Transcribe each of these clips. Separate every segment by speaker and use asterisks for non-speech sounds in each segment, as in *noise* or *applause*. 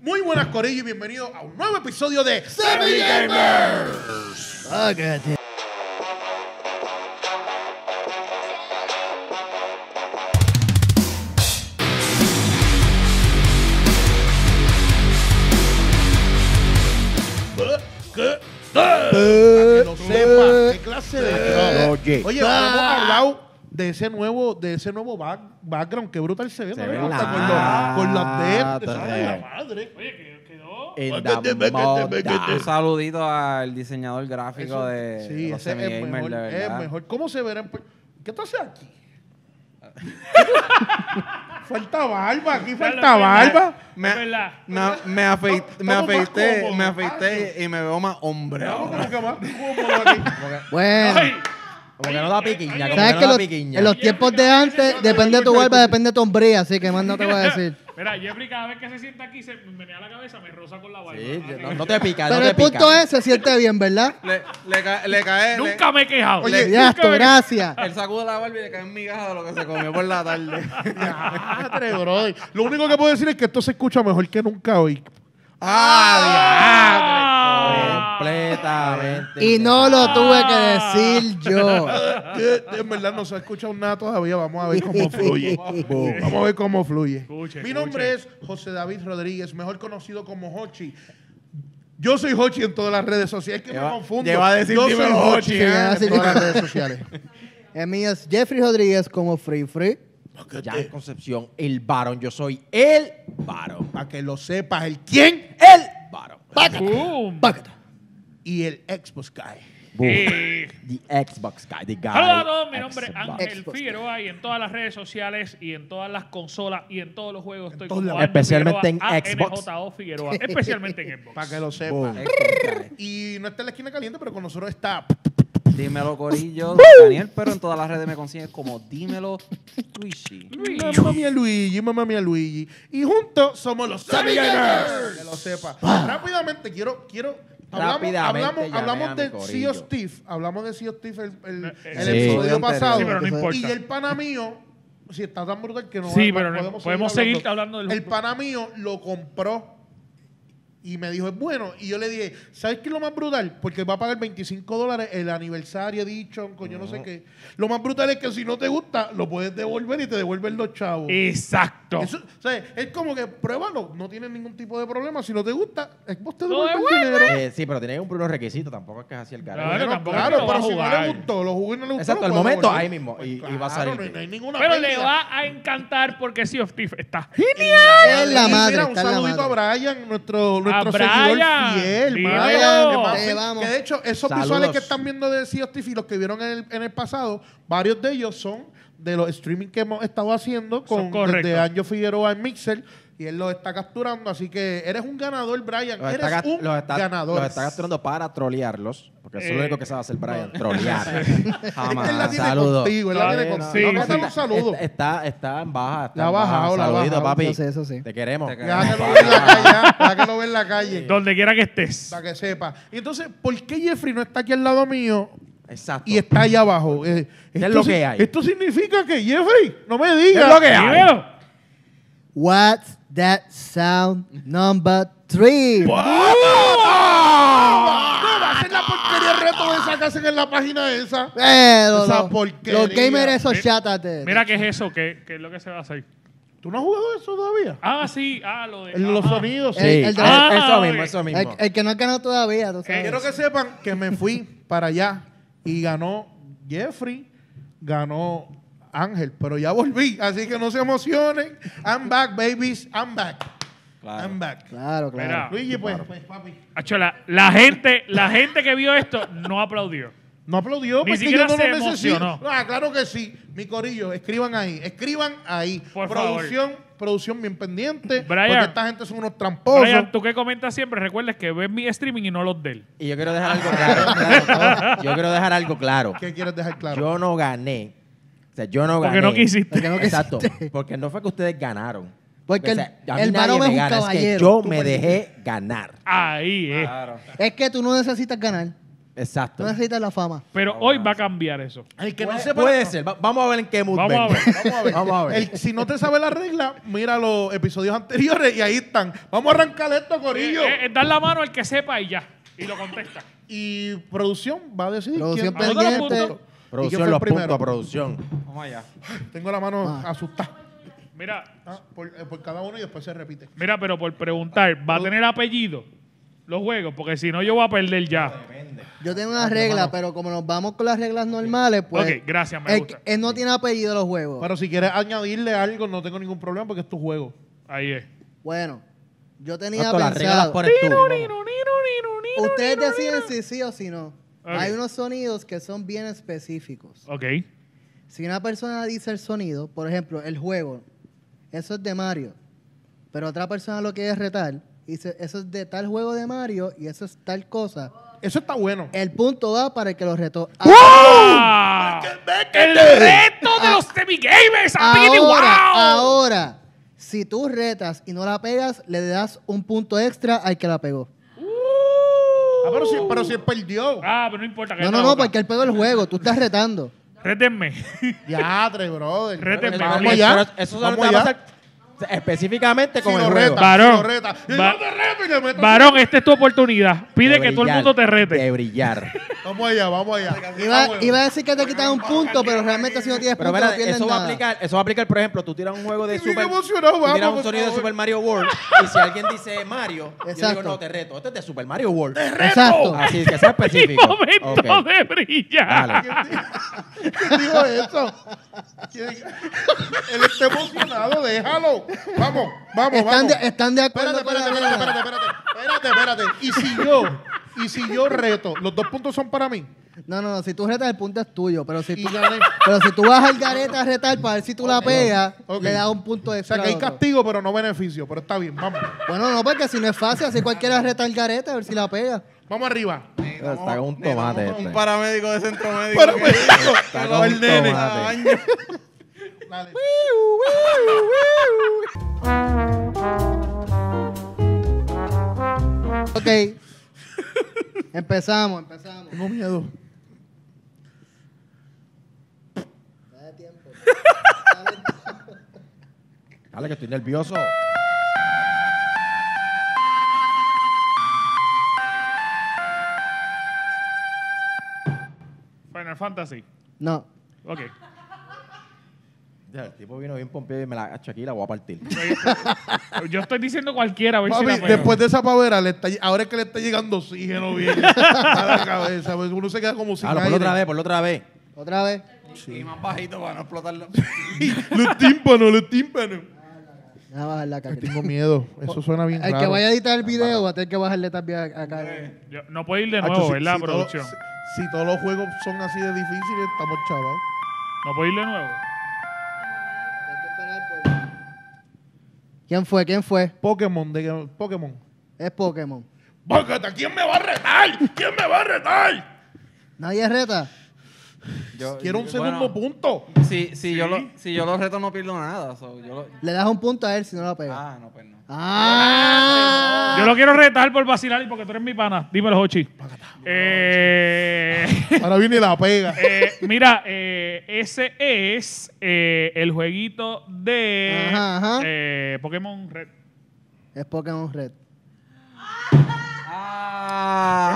Speaker 1: Muy buenas, Corillo, y bienvenido a un nuevo episodio de Semi
Speaker 2: Págate.
Speaker 1: Para que lo sepas, qué clase de.
Speaker 3: Oye.
Speaker 1: Oye, hemos hablado de ese nuevo, de ese nuevo back- background, qué brutal se ve,
Speaker 3: Se
Speaker 1: ¿no?
Speaker 3: ve
Speaker 1: Hasta
Speaker 3: la
Speaker 1: con los- con los
Speaker 3: mata,
Speaker 1: dedos,
Speaker 3: se
Speaker 1: ¿sabes?
Speaker 3: ve.
Speaker 1: la madre. Oye, que quedó.
Speaker 3: en
Speaker 1: Métete,
Speaker 3: la moda.
Speaker 1: métete, métete.
Speaker 3: Un saludito al diseñador gráfico
Speaker 1: Eso-
Speaker 3: de
Speaker 1: sí,
Speaker 3: los
Speaker 1: ese es
Speaker 3: semi-gamers,
Speaker 1: mejor,
Speaker 3: de
Speaker 1: es
Speaker 3: verdad.
Speaker 1: mejor. ¿Cómo se verá? en per- ¿Qué tú haces
Speaker 3: *laughs*
Speaker 1: aquí? falta barba, aquí falta barba.
Speaker 4: Me,
Speaker 3: Me, me afeit- me
Speaker 1: Estamos más
Speaker 3: afeité,
Speaker 1: cómodos,
Speaker 3: me afeité y me veo más hombre.
Speaker 1: Estamos
Speaker 3: ahora.
Speaker 1: como que más cómodos aquí.
Speaker 2: Bueno,
Speaker 3: Como que no da piquiña, como que
Speaker 2: sabes
Speaker 3: no
Speaker 2: que
Speaker 3: da
Speaker 2: los-
Speaker 3: piquiña.
Speaker 2: en los tiempos de
Speaker 1: *laughs*
Speaker 2: antes depende de tu barba, depende de tu hombría, así que más no te voy a decir.
Speaker 4: Mira, Jeffrey cada vez que se sienta aquí se me menea la cabeza, me roza con la barba.
Speaker 3: Sí,
Speaker 4: Ah,
Speaker 3: no,
Speaker 4: que-
Speaker 3: no te pica,
Speaker 2: Pero
Speaker 3: no te
Speaker 2: el punto
Speaker 3: pica.
Speaker 2: es, se siente bien, ¿verdad?
Speaker 3: Le, le, cae, le cae- le-
Speaker 4: Nunca me he quejado.
Speaker 1: Oye,
Speaker 4: Nunca
Speaker 2: Ya, esto,
Speaker 4: me-
Speaker 2: gracias.
Speaker 3: él sacude la barba y le cae en migaja de lo que se comió por la tarde. *laughs*
Speaker 1: Madre, brother. Lo único que puedo decir es que esto se escucha mejor que nunca hoy.
Speaker 3: ¡Ah, diadre! Completamente.
Speaker 2: Y
Speaker 1: Ah.
Speaker 2: no lo tuve que decir
Speaker 1: *laughs*
Speaker 2: yo.
Speaker 1: Eh, En verdad no se ha escuchado nada todavía. Vamos a ver
Speaker 3: *laughs*
Speaker 1: cómo fluye. Vamos a ver cómo fluye.
Speaker 4: Escuche,
Speaker 1: Mi
Speaker 4: escuche.
Speaker 1: nombre es José David Rodríguez, mejor conocido como Hochi. Yo soy Hochi en todas las redes sociales. Es que
Speaker 3: Lleva-
Speaker 1: me confundo.
Speaker 3: lleva a decir,
Speaker 1: Yo soy
Speaker 3: "Dímelo,
Speaker 1: Hochi
Speaker 2: Sí,
Speaker 1: eh,
Speaker 2: lleva a
Speaker 1: en
Speaker 2: decir,
Speaker 1: todas las
Speaker 2: "Dímelo".
Speaker 1: redes sociales.
Speaker 2: *laughs* El mío es Jeffrey Rodríguez como Free Free.
Speaker 3: Jan Concepción, el varón. Yo soy el varón.
Speaker 1: Para que lo sepas, el quién
Speaker 3: El varón.
Speaker 4: ¡Boom!
Speaker 2: Págata.
Speaker 1: y el Xbox Guy.
Speaker 4: Eh,
Speaker 3: The Xbox guy, the guy.
Speaker 4: Hola a todos, mi nombre es
Speaker 3: Xbox.
Speaker 4: Ángel
Speaker 2: Xbox.
Speaker 4: Figueroa y en todas las redes sociales y en todas las consolas y en todos los juegos estoy
Speaker 1: todos
Speaker 4: como
Speaker 1: lados.
Speaker 4: Ángel
Speaker 3: Especialmente en
Speaker 4: Figueroa,
Speaker 3: Xbox.
Speaker 4: ANJO Figueroa,
Speaker 3: *laughs*
Speaker 4: especialmente en Xbox.
Speaker 1: Para que lo
Speaker 3: Boom.
Speaker 1: sepas. Y no está en la esquina caliente, pero con nosotros está.
Speaker 3: Dímelo, Corillo. Daniel, pero en todas las redes me consigues como Dímelo Luigi.
Speaker 1: Mamma mía Luigi, mamá mía Luigi. Y juntos somos los Sabiners. Que lo sepa.
Speaker 4: Ah.
Speaker 1: Rápidamente, quiero, quiero. Hablamos,
Speaker 3: Rápidamente
Speaker 1: hablamos,
Speaker 3: llamé a
Speaker 1: hablamos
Speaker 3: mi
Speaker 1: de
Speaker 3: corillo.
Speaker 1: Sea of Thief. Hablamos de Sea of Thief el, el-
Speaker 4: Eh,
Speaker 1: el
Speaker 3: sí.
Speaker 1: episodio
Speaker 3: Sí,
Speaker 1: pasado.
Speaker 4: Sí, pero no importa.
Speaker 1: y el pana mío, si está tan brutal que no
Speaker 4: Sí,
Speaker 1: va-
Speaker 4: pero no- podemos seguir hablando del-
Speaker 1: El pana mío lo compró y me dijo, es bueno. Y yo le dije, ¿sabes qué es lo más brutal? Porque va a pagar 25 dólares el aniversario edition, con yo no sé qué. Lo más brutal es que si no te gusta, lo puedes devolver y te devuelven los chavos.
Speaker 4: Exacto.
Speaker 1: Eso, o sea, es como que pruébalo, no tienes ningún tipo de problema. Si no te gusta, es vos te
Speaker 4: Lo
Speaker 1: devuelve el
Speaker 4: devuelve.
Speaker 1: dinero.
Speaker 3: Eh, sí, pero tiene un unos requisitos. Tampoco es que es así el
Speaker 4: Claro,
Speaker 3: carajo.
Speaker 1: Bueno,
Speaker 4: tampoco
Speaker 1: claro,
Speaker 4: es que lo
Speaker 1: pero
Speaker 4: va a
Speaker 1: si no le
Speaker 4: jugar.
Speaker 1: gustó, lo jugué y no le gustó.
Speaker 3: Exacto,
Speaker 1: lo
Speaker 3: al
Speaker 1: puedes
Speaker 3: momento,
Speaker 1: devolver. Pues
Speaker 3: ahí mismo, y- y va a
Speaker 1: claro,
Speaker 3: salir.
Speaker 1: No, hay ninguna
Speaker 4: Pero le
Speaker 1: pérdida.
Speaker 4: va a encantar porque Sea of Thief está.
Speaker 2: Está en la
Speaker 1: Y
Speaker 2: madre,
Speaker 1: Mira, un
Speaker 2: está en la
Speaker 1: saludito
Speaker 2: madre.
Speaker 1: a Brian, nuestro, nuestro
Speaker 4: Brian!
Speaker 1: seguidor fiel,
Speaker 4: Dímelo.
Speaker 1: Brian, que,
Speaker 2: Te vamos.
Speaker 1: que de hecho, esos
Speaker 3: Saludos.
Speaker 1: visuales que están viendo de Sea of Thieves y los que vieron en el, en el pasado, varios de ellos son de los streaming que hemos estado haciendo con
Speaker 4: correcto.
Speaker 1: desde Anjo Figueroa en Mixer y él los está capturando, así que eres un ganador, Brian,
Speaker 3: Los
Speaker 1: eres
Speaker 3: está, gas-
Speaker 1: un
Speaker 3: los está-
Speaker 1: ganador.
Speaker 3: los está capturando para trolearlos. Porque eso es lo
Speaker 4: Eh,
Speaker 3: único que sabe hacer Brian, trolear.
Speaker 1: Es
Speaker 3: Jamás.
Speaker 1: que él la tiene
Speaker 3: Saludos. Este,
Speaker 1: contigo, él la
Speaker 4: No,
Speaker 1: tiene
Speaker 4: eh,
Speaker 1: contigo.
Speaker 4: sí,
Speaker 1: Vamos a darle
Speaker 3: Está-
Speaker 1: un saludo.
Speaker 3: Está, está, está en baja. Está
Speaker 1: La
Speaker 3: en
Speaker 1: baja,
Speaker 3: baja.
Speaker 1: hola, la
Speaker 3: Saludito,
Speaker 1: baja.
Speaker 3: papi.
Speaker 2: Yo sé, eso sí.
Speaker 3: Te queremos.
Speaker 1: Ya que lo ve en la
Speaker 3: este,
Speaker 1: calle, ya que lo ve en la calle.
Speaker 4: Donde quiera que estés.
Speaker 1: Para que sepa. Y entonces, ¿por qué Jeffrey no está aquí al lado mío
Speaker 3: Exacto.
Speaker 1: y está allá abajo? Eh,
Speaker 3: es
Speaker 1: esto
Speaker 3: lo
Speaker 1: si-
Speaker 3: que hay.
Speaker 1: Esto significa que Jeffrey, no me digas.
Speaker 3: Es lo que hay.
Speaker 4: Dímelo.
Speaker 2: What's that sound number three?
Speaker 3: Ah.
Speaker 1: No va a ser la porquería de reto de sacarse en la página esa.
Speaker 2: Pero
Speaker 1: Esa
Speaker 2: los-
Speaker 1: porquería.
Speaker 2: los gamers esos
Speaker 4: Mi-
Speaker 2: chatas de-
Speaker 4: Mira qué es eso, qué, qué es lo que se va a hacer.
Speaker 1: ¿Tú no has jugado eso todavía?
Speaker 4: Ah, sí, ah, lo de.
Speaker 1: Los
Speaker 4: ajá.
Speaker 1: sonidos.
Speaker 2: Eh,
Speaker 3: Sí,
Speaker 2: el de-
Speaker 3: ah, eso
Speaker 4: ok.
Speaker 3: mismo, eso mismo.
Speaker 2: el, el que no ha ganado todavía,
Speaker 3: Ah,
Speaker 2: tú sabes.
Speaker 1: Quiero que sepan que me fui para allá y ganó Jeffrey, ganó Ángel, pero ya volví, así que no se emocionen. I'm back, babies, I'm back.
Speaker 3: Claro.
Speaker 1: I'm back.
Speaker 2: Claro, claro.
Speaker 4: Mira.
Speaker 1: Luigi, pues, pues, papi.
Speaker 4: Acho, la, la gente, la gente que vio esto no aplaudió.
Speaker 1: No aplaudió
Speaker 4: Ni
Speaker 1: porque
Speaker 4: siquiera
Speaker 1: yo no
Speaker 4: se
Speaker 1: lo necesito.
Speaker 4: emocionó.
Speaker 1: Ah, claro que sí. Mi corillo, escriban ahí. Escriban ahí.
Speaker 4: Por
Speaker 1: producción, producción bien pendiente.
Speaker 4: Brian.
Speaker 1: porque esta gente son unos tramposos.
Speaker 4: Brian, tú que comentas siempre, recuerdes que ves mi streaming y no los de él.
Speaker 3: Y yo quiero dejar algo claro. claro, yo quiero dejar algo claro.
Speaker 1: ¿Qué quieres dejar claro?
Speaker 3: Yo no gané. O sea, yo no
Speaker 4: Porque
Speaker 3: gané.
Speaker 4: no quisiste.
Speaker 2: Porque no quisiste.
Speaker 3: Exacto. Porque no fue que ustedes ganaron.
Speaker 2: Porque
Speaker 3: O sea,
Speaker 2: el-
Speaker 3: a mí
Speaker 2: el
Speaker 3: nadie
Speaker 2: varón
Speaker 3: me
Speaker 2: es un
Speaker 3: gana, que
Speaker 2: caballero.
Speaker 3: yo
Speaker 2: Tú
Speaker 3: me
Speaker 2: perdiste.
Speaker 3: dejé ganar.
Speaker 5: Ah,
Speaker 4: Ahí es.
Speaker 2: Es que tú no necesitas ganar.
Speaker 6: Exacto.
Speaker 2: No necesitas la fama.
Speaker 4: Pero hoy va a cambiar eso.
Speaker 1: El que
Speaker 6: puede,
Speaker 1: no sepa.
Speaker 6: puede ser. Va- vamos a ver en qué mood
Speaker 4: Vamos a
Speaker 6: ven.
Speaker 4: ver.
Speaker 1: Vamos a ver.
Speaker 6: Vamos a ver.
Speaker 1: El- si no te sabes la regla, mira los episodios anteriores y ahí están. Vamos a arrancar esto, Corillo.
Speaker 4: Eh, eh, dar la mano al que sepa y ya. Y lo contesta.
Speaker 1: Y producción va a decidir.
Speaker 2: Producción
Speaker 1: quién-
Speaker 4: Anota los
Speaker 2: pendiente.
Speaker 4: puntos.
Speaker 1: ¿Y quién
Speaker 6: Producción,
Speaker 1: fue
Speaker 6: los
Speaker 1: el primero?
Speaker 6: puntos, producción.
Speaker 4: Vamos allá.
Speaker 1: Tengo la mano
Speaker 2: Ah.
Speaker 1: asustada
Speaker 4: Mira,
Speaker 1: ah, por, eh, por cada uno y después se repite.
Speaker 4: mira, pero por preguntar, ¿va a tener apellido los juegos? Porque si no, yo voy a perder ya.
Speaker 2: Yo tengo una regla, pero como nos vamos con las reglas normales, pues.
Speaker 4: Ah, Ok, gracias, me
Speaker 2: el-
Speaker 4: gusta.
Speaker 2: Él no tiene apellido a los juegos.
Speaker 1: Pero si quieres añadirle algo, no tengo ningún problema porque es tu juego.
Speaker 4: Ahí es.
Speaker 2: Bueno, yo tenía
Speaker 6: Doctor, las reglas las
Speaker 2: pensado.
Speaker 6: pones tú.
Speaker 2: Ustedes deciden si sí o si no.
Speaker 4: Ok.
Speaker 2: Hay unos sonidos que son bien específicos.
Speaker 4: Ok.
Speaker 2: Si una persona dice el sonido, por ejemplo, el juego, eso es de Mario, pero otra persona lo quiere retar, y dice, eso es de tal juego de Mario y eso es tal cosa,
Speaker 1: Eso está bueno.
Speaker 2: el punto va para el que lo retó.
Speaker 4: ¡Ah! ¡El reto de los semigamers! ¡Apellido! ¡Wow!
Speaker 2: Ahora, ahora, si tú retas y no la pegas, le das un punto extra al que la pegó.
Speaker 1: Ah, pero, si, pero si él perdió.
Speaker 4: Ah, pero no importa.
Speaker 2: No, no, no, porque él pegó el juego, tú estás retando.
Speaker 4: Rétenme.
Speaker 1: Ya, tres, brother.
Speaker 4: Rétenme.
Speaker 1: Vamos
Speaker 4: Pero
Speaker 1: allá.
Speaker 6: Eso- Eso solo
Speaker 1: Vamos
Speaker 6: te va a
Speaker 1: allá.
Speaker 6: pasar específicamente con
Speaker 1: Si
Speaker 6: el
Speaker 1: lo
Speaker 6: juego.
Speaker 1: reta, si
Speaker 4: Varón.
Speaker 1: lo reta. Y
Speaker 4: Va-
Speaker 1: no te reto y le meto-
Speaker 4: Varón, esta es tu oportunidad. Pide
Speaker 6: De
Speaker 4: que todo el
Speaker 6: brillar,
Speaker 4: mundo te
Speaker 6: De
Speaker 1: *laughs*
Speaker 4: rete.
Speaker 6: brillar.
Speaker 1: Vamos allá, vamos allá. Ah,
Speaker 2: Iba,
Speaker 1: bueno.
Speaker 2: iba a decir que te quitan un punto, pero realmente si no tienes
Speaker 6: Pero
Speaker 2: punto no
Speaker 6: mira,
Speaker 2: pierdes
Speaker 6: eso va, a
Speaker 2: nada.
Speaker 6: aplicar, eso va a aplicar, por ejemplo, tú tiras un juego de
Speaker 1: Estoy bien
Speaker 6: Super...
Speaker 1: emocionado,
Speaker 6: tú
Speaker 1: vamos,
Speaker 6: tiras un
Speaker 1: por
Speaker 6: sonido de
Speaker 1: favor.
Speaker 6: Super Mario World y si alguien dice Mario, yo
Speaker 2: Exacto.
Speaker 6: digo, no, te reto. Este es de Super Mario World.
Speaker 2: Exacto.
Speaker 6: Así que
Speaker 4: *laughs*
Speaker 6: sea
Speaker 4: Mi
Speaker 6: específico.
Speaker 4: momento
Speaker 6: Ok.
Speaker 4: de brillar.
Speaker 6: Dale.
Speaker 1: ¿Quién dijo eso? ¿Quién- Él está emocionado, déjalo. Vamos, vamos,
Speaker 2: Están
Speaker 1: vamos.
Speaker 2: de, están de acuerdo
Speaker 1: Espérate,
Speaker 2: con la
Speaker 1: espérate, espérate,
Speaker 2: regla.
Speaker 1: espérate, espérate, espérate, espérate. Y si yo, y si yo reto, los dos puntos son para mí.
Speaker 2: No, no, no, si tú retas el punto es tuyo, pero si
Speaker 1: Y
Speaker 2: tú,
Speaker 1: gané.
Speaker 2: pero si tú vas al gareta a retar para ver si tú la pegas,
Speaker 1: Ok.
Speaker 2: le das un punto
Speaker 1: O sea
Speaker 2: extra.
Speaker 1: que hay
Speaker 2: al otro.
Speaker 1: castigo, pero no beneficio. Pero está bien, vamos.
Speaker 2: Bueno, no, porque si no es fácil, así cualquiera reta al gareta a ver si la pega.
Speaker 1: Vamos arriba.
Speaker 6: Está con un tomate
Speaker 5: Un
Speaker 6: este.
Speaker 5: paramédico de centro médico.
Speaker 1: Pero
Speaker 5: que-
Speaker 1: me dijo,
Speaker 6: Está con
Speaker 1: el
Speaker 6: un
Speaker 1: nene.
Speaker 6: tomate.
Speaker 1: Dale.
Speaker 2: Ok.
Speaker 1: *laughs*
Speaker 2: empezamos, empezamos.
Speaker 1: Tengo miedo.
Speaker 6: Dale, que estoy nervioso.
Speaker 4: Final Fantasy.
Speaker 2: No.
Speaker 4: Ok.
Speaker 6: Ya, el tipo vino bien pompeado y me la hecho aquí la voy a partir.
Speaker 4: Yo estoy diciendo cualquiera, a ver si
Speaker 1: Papi,
Speaker 4: la pego.
Speaker 1: después de esa pavera, le está- ahora es que le está llegando oxígeno bien *laughs* a la cabeza. pues, Uno se queda como sin
Speaker 6: Claro, Ah, ponlo otra
Speaker 1: aire.
Speaker 6: vez, ponlo otra vez.
Speaker 2: Otra vez.
Speaker 5: Y más bajito para no explotarlo.
Speaker 1: *laughs* Los tímpanos, los tímpanos.
Speaker 2: Deja bajar la careta.
Speaker 1: Tengo miedo. Eso suena bien
Speaker 2: El que
Speaker 1: raro.
Speaker 2: vaya a editar el video va a tener que bajarle también a- acá.
Speaker 4: Yo- no puedo ir de
Speaker 1: Hacho,
Speaker 4: nuevo,
Speaker 1: si-
Speaker 4: ¿verdad,
Speaker 1: si todo-
Speaker 4: producción?
Speaker 1: si, si todos los juegos son así de difíciles, estamos chavados.
Speaker 4: No puedo ir de nuevo.
Speaker 2: ¿Quién fue? ¿Quién fue?
Speaker 1: Pokémon, de Pokémon.
Speaker 2: Es Pokémon.
Speaker 1: Bócate, ¿quién me va a retar? ¿Quién me va a retar?
Speaker 2: Nadie reta.
Speaker 5: Yo-
Speaker 1: Quiero un
Speaker 5: yo-
Speaker 1: segundo
Speaker 4: *laughs*
Speaker 5: bueno,
Speaker 1: punto.
Speaker 5: Si, si, Yo lo, si yo lo reto, no pierdo nada. so, yo lo-
Speaker 2: Le das un punto a él si no la pega.
Speaker 5: ah, no, pues no.
Speaker 2: ¡Ah!
Speaker 4: Yo lo quiero retar por vacilar y porque tú eres mi pana. Dímelo, Hochi. Eh,
Speaker 1: Ahora viene la pega.
Speaker 4: eh, mira, eh, ese es eh, el jueguito de
Speaker 2: Ajá, ajá.
Speaker 4: eh, Pokémon Red.
Speaker 2: Es Pokémon Red.
Speaker 4: *laughs*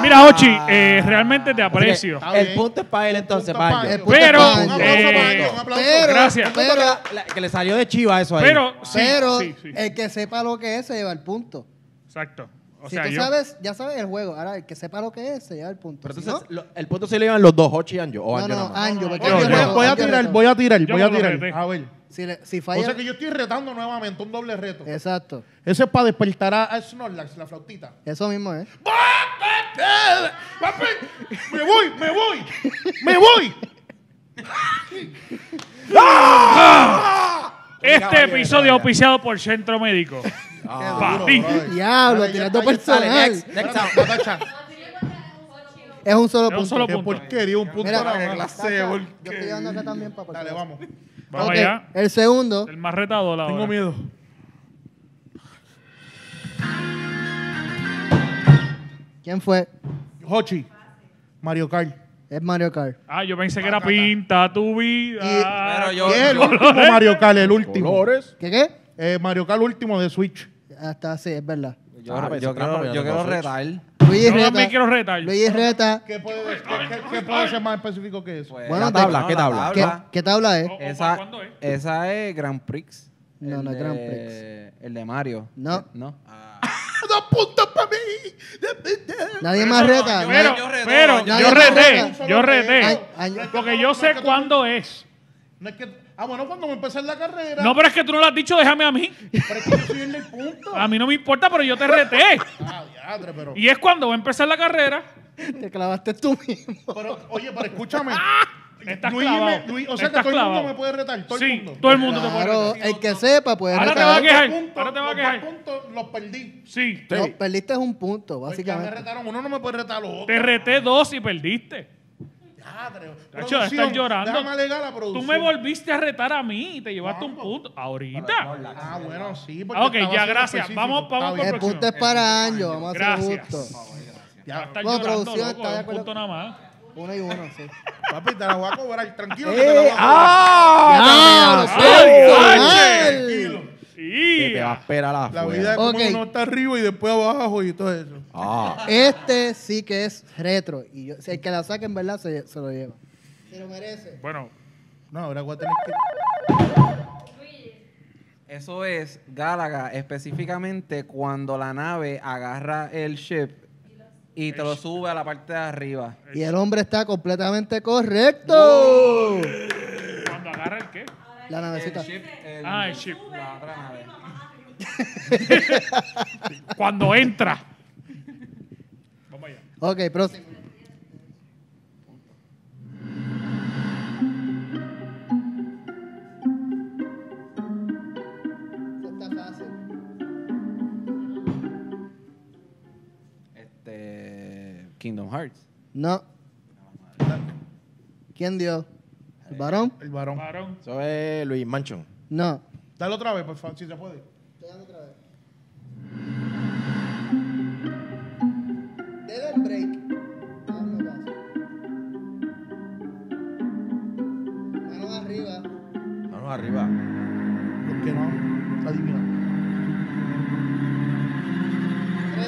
Speaker 4: Mira, Hochi, eh, realmente te aprecio.
Speaker 1: Está
Speaker 6: Ah, El
Speaker 1: bien.
Speaker 6: punto es para él entonces,
Speaker 1: Punto
Speaker 6: para
Speaker 1: para
Speaker 6: él.
Speaker 1: él.
Speaker 2: punto
Speaker 4: Pero,
Speaker 2: para él.
Speaker 1: Un aplauso
Speaker 4: eh,
Speaker 1: para él, un aplauso.
Speaker 2: pero,
Speaker 4: Gracias.
Speaker 2: pero,
Speaker 6: La- que le salió de chiva eso ahí.
Speaker 4: Pero, sí,
Speaker 2: pero eh,
Speaker 4: sí, sí.
Speaker 2: el que sepa lo que es se lleva el punto.
Speaker 4: Exacto. O
Speaker 2: si
Speaker 4: sea,
Speaker 2: tú
Speaker 4: yo.
Speaker 2: sabes, ya sabes el juego. Ahora, el que sepa lo que es se lleva el punto.
Speaker 6: Pero
Speaker 2: Si
Speaker 6: entonces, lo- el punto se lo llevan los dos, Hochi y Anjo. O
Speaker 2: no,
Speaker 6: Anjo
Speaker 2: no, no,
Speaker 6: nada más.
Speaker 2: Anjo, porque
Speaker 4: Yo,
Speaker 1: Voy
Speaker 2: yo
Speaker 1: a-
Speaker 2: reto,
Speaker 1: voy a
Speaker 2: yo
Speaker 1: tirar,
Speaker 2: reto.
Speaker 1: voy a tirar,
Speaker 4: Yo
Speaker 1: voy a
Speaker 4: no lo
Speaker 1: tirar.
Speaker 4: reté.
Speaker 1: A ver.
Speaker 2: Si, le- si
Speaker 1: O
Speaker 2: falla.
Speaker 1: sea que yo estoy retando nuevamente un doble reto.
Speaker 2: Eh. Exacto.
Speaker 1: Ese es para despertar a, a Snorlax, la flautita.
Speaker 2: Eso mismo es.
Speaker 1: ¡Bócate! Papi, ¡Me voy, me voy! ¡Me voy!
Speaker 4: Este episodio auspiciado por Centro
Speaker 2: *laughs*
Speaker 4: Médico.
Speaker 1: Ah,
Speaker 4: Papi.
Speaker 2: Diablo, tirando personal.
Speaker 6: Ah, next, next out.
Speaker 2: Es un solo
Speaker 4: Es un
Speaker 2: punto.
Speaker 4: solo
Speaker 1: Qué
Speaker 4: punto.
Speaker 1: porquería, un punto
Speaker 2: Mira,
Speaker 1: nada más.
Speaker 2: Tacha, yo estoy llevando acá también para
Speaker 1: Dale, vamos.
Speaker 4: Vamos
Speaker 2: Ok,
Speaker 4: allá.
Speaker 2: El segundo.
Speaker 4: El más retado, la
Speaker 1: Tengo
Speaker 4: hora.
Speaker 1: miedo.
Speaker 2: ¿Quién fue?
Speaker 1: Hochi. Mario Kart.
Speaker 2: Es Mario Kart.
Speaker 4: Ah, yo pensé que era pinta tu vida.
Speaker 1: Y-
Speaker 5: Pero yo-
Speaker 1: y es el último Mario Kart, el último.
Speaker 7: Colores.
Speaker 2: ¿Qué qué?
Speaker 1: Eh, Mario Kart último de Switch.
Speaker 2: Hasta sí, es verdad.
Speaker 5: Yo,
Speaker 7: Ah, pues,
Speaker 5: yo
Speaker 7: trampa, yo
Speaker 5: quiero, yo
Speaker 7: tengo
Speaker 5: quiero
Speaker 7: Switch.
Speaker 5: retar.
Speaker 2: Luis
Speaker 4: yo también quiero
Speaker 2: Reta.
Speaker 4: retar.
Speaker 2: Luis Reta.
Speaker 1: ¿Qué puede, qué- qué puede ser más específico que eso?
Speaker 5: Pues,
Speaker 2: Bueno,
Speaker 5: Eh, la
Speaker 2: te-
Speaker 5: tabla, ¿qué
Speaker 7: la
Speaker 5: tabla?
Speaker 2: ¿Qué, qué tabla es?
Speaker 4: Oh.
Speaker 5: Esa,
Speaker 4: ¿Cuándo es?
Speaker 5: esa es Grand Prix.
Speaker 2: No,
Speaker 5: El
Speaker 2: no es Grand
Speaker 5: de- El de Mario. Eh,
Speaker 2: No.
Speaker 5: No.
Speaker 1: ¡Dos puntos para mí!
Speaker 2: Nadie más reta.
Speaker 5: yo-
Speaker 4: Pero,
Speaker 5: yo reto,
Speaker 4: pero,
Speaker 2: yo
Speaker 4: yo
Speaker 2: reto.
Speaker 4: reté,
Speaker 1: Yo
Speaker 4: yo
Speaker 1: reto.
Speaker 4: reté.
Speaker 2: Ay, ay,
Speaker 4: Porque yo sé cuándo es.
Speaker 1: No es que, ah, bueno, cuando me empecé en la carrera.
Speaker 4: No, pero es que tú no lo has dicho, déjame a mí.
Speaker 1: Pero es que yo soy el del punto.
Speaker 4: A mí no me importa, pero yo te reté.
Speaker 1: Ah, diadre, pero,
Speaker 4: Ah, Y es cuando va a empezar la carrera.
Speaker 2: te clavaste tú mismo.
Speaker 1: pero, oye, pero escúchame.
Speaker 4: Ah, Estás
Speaker 1: Luis,
Speaker 4: clavado.
Speaker 1: me- Luis, o sea que
Speaker 4: Estás
Speaker 1: todo el
Speaker 4: clavado.
Speaker 1: mundo me puede retar. Todo el
Speaker 4: Sí,
Speaker 1: mundo.
Speaker 4: todo el mundo te puede
Speaker 2: Claro,
Speaker 4: retar.
Speaker 2: el que sepa puede
Speaker 4: Ahora te
Speaker 1: Los
Speaker 4: va a
Speaker 2: retar.
Speaker 1: dos
Speaker 4: quejar,
Speaker 1: puntos-
Speaker 4: ahora te va a
Speaker 1: los
Speaker 4: quejar.
Speaker 1: dos puntos los perdí.
Speaker 4: Sí,
Speaker 7: Sí.
Speaker 2: No, perdiste un punto,
Speaker 1: Porque ya me
Speaker 2: básicamente.
Speaker 1: retaron. Uno no me puede retar a los otros.
Speaker 4: te reté dos y perdiste.
Speaker 1: Diadre.
Speaker 4: Cacho, ya estás
Speaker 1: Producción,
Speaker 4: llorando.
Speaker 1: Déjame alegar la producción.
Speaker 4: Tú me volviste a retar a mí y te llevaste un punto. Ahorita.
Speaker 1: Ah, bueno, sí. porque
Speaker 4: Ah, ok,
Speaker 1: estaba
Speaker 4: ya,
Speaker 1: siendo
Speaker 4: gracias.
Speaker 1: específico.
Speaker 4: Vamos-
Speaker 1: Está
Speaker 4: vamos por
Speaker 1: bien.
Speaker 2: El punto es para años, vamos a ser
Speaker 4: Gracias.
Speaker 2: justos.
Speaker 4: Va a estar
Speaker 2: Bueno,
Speaker 4: llorando,
Speaker 2: producción,
Speaker 4: loco,
Speaker 2: está de
Speaker 4: un
Speaker 2: acuerdo.
Speaker 4: punto nada más.
Speaker 2: Uno y uno, sí.
Speaker 1: Papi, te la voy a cobrar. Tranquilo. que te la voy
Speaker 7: ¡Eh!
Speaker 1: a cobrar.
Speaker 7: ¡Ah!
Speaker 2: ¡Diablo,
Speaker 4: ¡Ay,
Speaker 2: personal!
Speaker 7: Que te va a
Speaker 4: ¡Ya!
Speaker 7: esperar a
Speaker 1: La vida es
Speaker 2: Ok.
Speaker 1: como uno está arriba y después abajo y todo eso.
Speaker 7: Ah.
Speaker 2: Este sí que es retro. Y yo, si el que la saque en verdad se, se lo lleva. Se lo merece.
Speaker 4: Bueno,
Speaker 1: No, ahora voy a tener que.
Speaker 5: Eso es Galaga, específicamente cuando la nave agarra el ship y te lo sube a la parte de arriba.
Speaker 2: Y el hombre está completamente correcto.
Speaker 4: cuando agarra el qué.
Speaker 2: La
Speaker 5: El
Speaker 2: navecita.
Speaker 5: ship, el-
Speaker 4: Ah, el ship.
Speaker 5: la otra nave.
Speaker 4: Cuando entra. Vamos allá.
Speaker 2: Ok, próximo. Está fácil.
Speaker 5: Este, Kingdom Hearts.
Speaker 2: No. ¿Quién dio? ¿El varón?
Speaker 1: El varón.
Speaker 4: Varón.
Speaker 7: Eso es Luis Manchon.
Speaker 2: No.
Speaker 1: Dale otra vez, por favor, si se puede.
Speaker 2: Dead and break. Hazme caso. Manos arriba.
Speaker 7: Vamos arriba.
Speaker 1: ¿Por qué no? Adivina.
Speaker 2: Tres,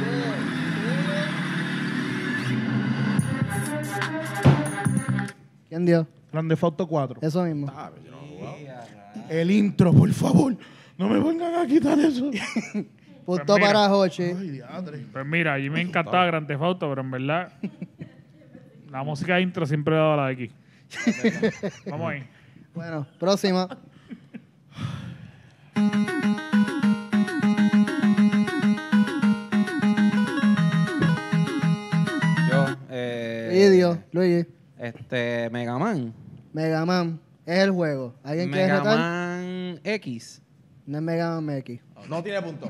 Speaker 2: dos, uno. ¿Quién dio?
Speaker 1: Grande Fausto 4.
Speaker 2: Eso mismo.
Speaker 7: Ah, pero yo no he jugado.
Speaker 1: El intro, por favor. No me vengan a quitar eso.
Speaker 2: Punto
Speaker 4: Pues mira.
Speaker 2: para Jochi.
Speaker 1: Ay, diadre.
Speaker 4: Pues mira, a mí me encantaba Grand Theft Auto, pero en verdad la música intro siempre daba la de aquí. Vamos ahí.
Speaker 2: Bueno, próxima.
Speaker 5: Yo, eh,
Speaker 2: Idio, Luigi.
Speaker 5: Este, Mega Man.
Speaker 2: Mega Man. Es el juego. ¿Alguien quiere
Speaker 5: Mega
Speaker 2: retar?
Speaker 5: Man X.
Speaker 2: No es Mega Man MX.
Speaker 7: No tiene punto.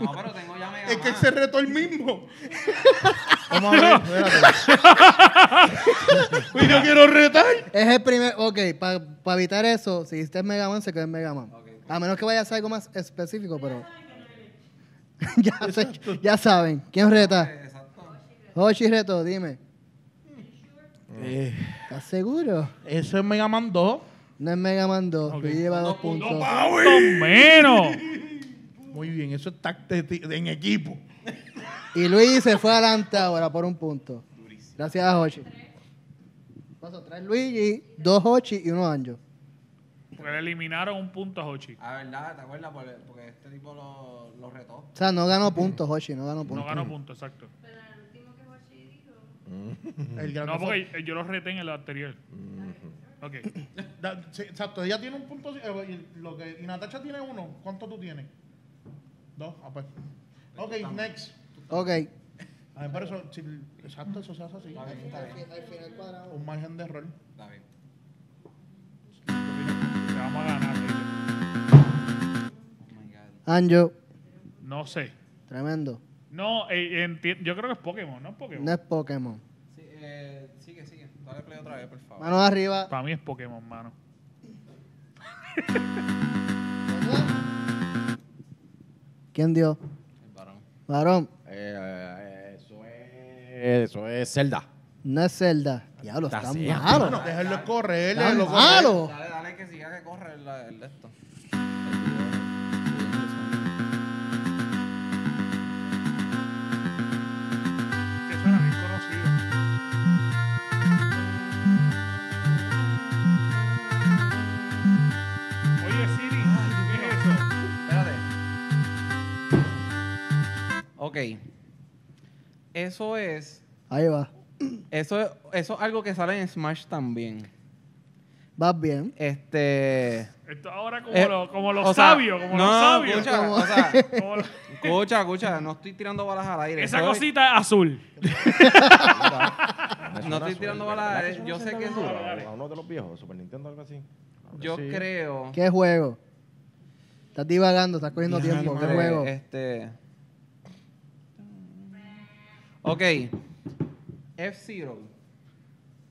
Speaker 5: No, pero tengo ya Mega
Speaker 1: Es que él se retó el mismo.
Speaker 7: Vamos a ver, espérate.
Speaker 1: *laughs* Y yo quiero retar.
Speaker 2: Es el primer. Ok, para evitar eso, si hiciste Mega Man, se queda en Mega Man. A menos que vayas a algo más específico, pero. *laughs* ya, sé- ya saben. ¿Quién reta? Hochi reto, dime.
Speaker 5: Eh.
Speaker 2: ¿Estás seguro?
Speaker 1: Eso es Mega Man 2.
Speaker 2: No es Mega Man 2.
Speaker 4: Ok.
Speaker 2: Luigi lleva dos puntos.
Speaker 4: ¡Punto menos!
Speaker 1: Muy bien, eso es táctil en equipo.
Speaker 2: Y Luigi se fue adelante ahora por un punto. Gracias a Hochi. Paso, tres Luigi, dos Hochi y uno Anjo.
Speaker 4: Porque le eliminaron un punto a Hochi.
Speaker 5: Ah, ¿verdad? ¿Te acuerdas? Por- Porque este tipo lo, lo retó.
Speaker 2: O sea, no ganó puntos, Hochi, no ganó puntos.
Speaker 4: No ganó punto, exacto.
Speaker 1: El gran
Speaker 4: No, porque yo- yo lo reté en el anterior. Ok.
Speaker 1: Da- sí, exacto, ella tiene un punto. eh, y lo que, y Natacha tiene uno. ¿Cuánto tú tienes? Dos. Ah, pues. Ok, next.
Speaker 2: Ok.
Speaker 1: A ver, pero eso, si- exacto, eso se hace así. Un margen de error.
Speaker 5: Está bien.
Speaker 4: Te vamos a ganar. Luis.
Speaker 5: Oh my God.
Speaker 2: Anjo,
Speaker 4: No sé.
Speaker 2: tremendo.
Speaker 4: No, eh, enti- yo creo que es Pokémon, ¿no? es Pokémon.
Speaker 2: No es Pokémon.
Speaker 5: Sí, eh, sigue, sigue. Dale play otra vez, por favor.
Speaker 2: Manos arriba.
Speaker 4: Para mí es Pokémon, mano.
Speaker 2: ¿Quién dio?
Speaker 5: El varón.
Speaker 2: Varón.
Speaker 7: Eh, eh, Eso es
Speaker 3: es eso es Zelda.
Speaker 2: No es Zelda. Diablo,
Speaker 3: Está
Speaker 2: está
Speaker 3: cerca.
Speaker 2: malo.
Speaker 1: No, déjalo correr,
Speaker 2: Está
Speaker 1: déjalo
Speaker 5: Ah,
Speaker 1: correr.
Speaker 2: malo.
Speaker 5: Dale, dale que siga que corre el, el de esto.
Speaker 4: Que suena bien conocido. Oye, Siri, ¿qué es eso?
Speaker 5: Espérate. Ok. Eso es.
Speaker 2: Ahí va.
Speaker 5: Eso es, eso es algo que sale en Smash también.
Speaker 2: Vas bien.
Speaker 5: Este.
Speaker 4: Esto ahora como,
Speaker 5: Eh,
Speaker 4: lo- como los
Speaker 5: o sea,
Speaker 4: sabios, como
Speaker 5: no,
Speaker 4: los sabios.
Speaker 5: Escucha,
Speaker 2: Como-
Speaker 5: o
Speaker 4: *laughs*
Speaker 5: sea,
Speaker 4: Como lo-
Speaker 5: escucha, escucha, no estoy tirando balas al aire.
Speaker 4: esa
Speaker 5: Soy-
Speaker 4: cosita es azul.
Speaker 5: No estoy tirando balas al aire. Yo sé que eso.
Speaker 4: dale.
Speaker 3: Uno de los viejos, Super Nintendo, algo así. Claro que
Speaker 5: Yo
Speaker 3: sí.
Speaker 5: creo.
Speaker 2: ¿Qué juego? Estás divagando, estás cogiendo
Speaker 5: Diablo,
Speaker 2: tiempo. ¿Qué
Speaker 5: madre,
Speaker 2: juego?
Speaker 5: Este. Ok. F-Zero.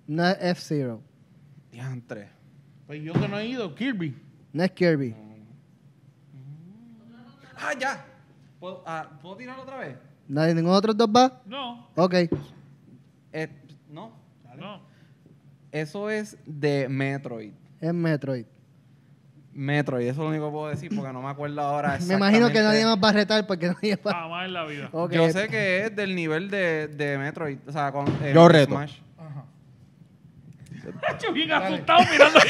Speaker 2: No es F-Zero.
Speaker 5: Diantre.
Speaker 1: Pues yo que no he ido, Kirby.
Speaker 2: No es Kirby.
Speaker 5: ¡Ah, ya! ¿Puedo, ah, ¿puedo tirarlo otra vez?
Speaker 2: ¿Nadie, ¿Ningún otro dos va?
Speaker 4: No,
Speaker 2: Ok.
Speaker 5: Eh, no.
Speaker 4: no.
Speaker 5: Eso es de Metroid.
Speaker 2: Es Metroid.
Speaker 5: Metroid, eso es lo único que puedo decir porque no me acuerdo ahora.
Speaker 2: *laughs* Me imagino que nadie
Speaker 5: exactamente.
Speaker 2: más va a retar porque *laughs* nadie va
Speaker 4: Jamás en la vida.
Speaker 2: Ok.
Speaker 5: Yo sé que es del nivel de, de Metroid. O sea, con eh,
Speaker 3: Yo reto.
Speaker 5: Smash.
Speaker 4: Yo bien asustado mirando ahí.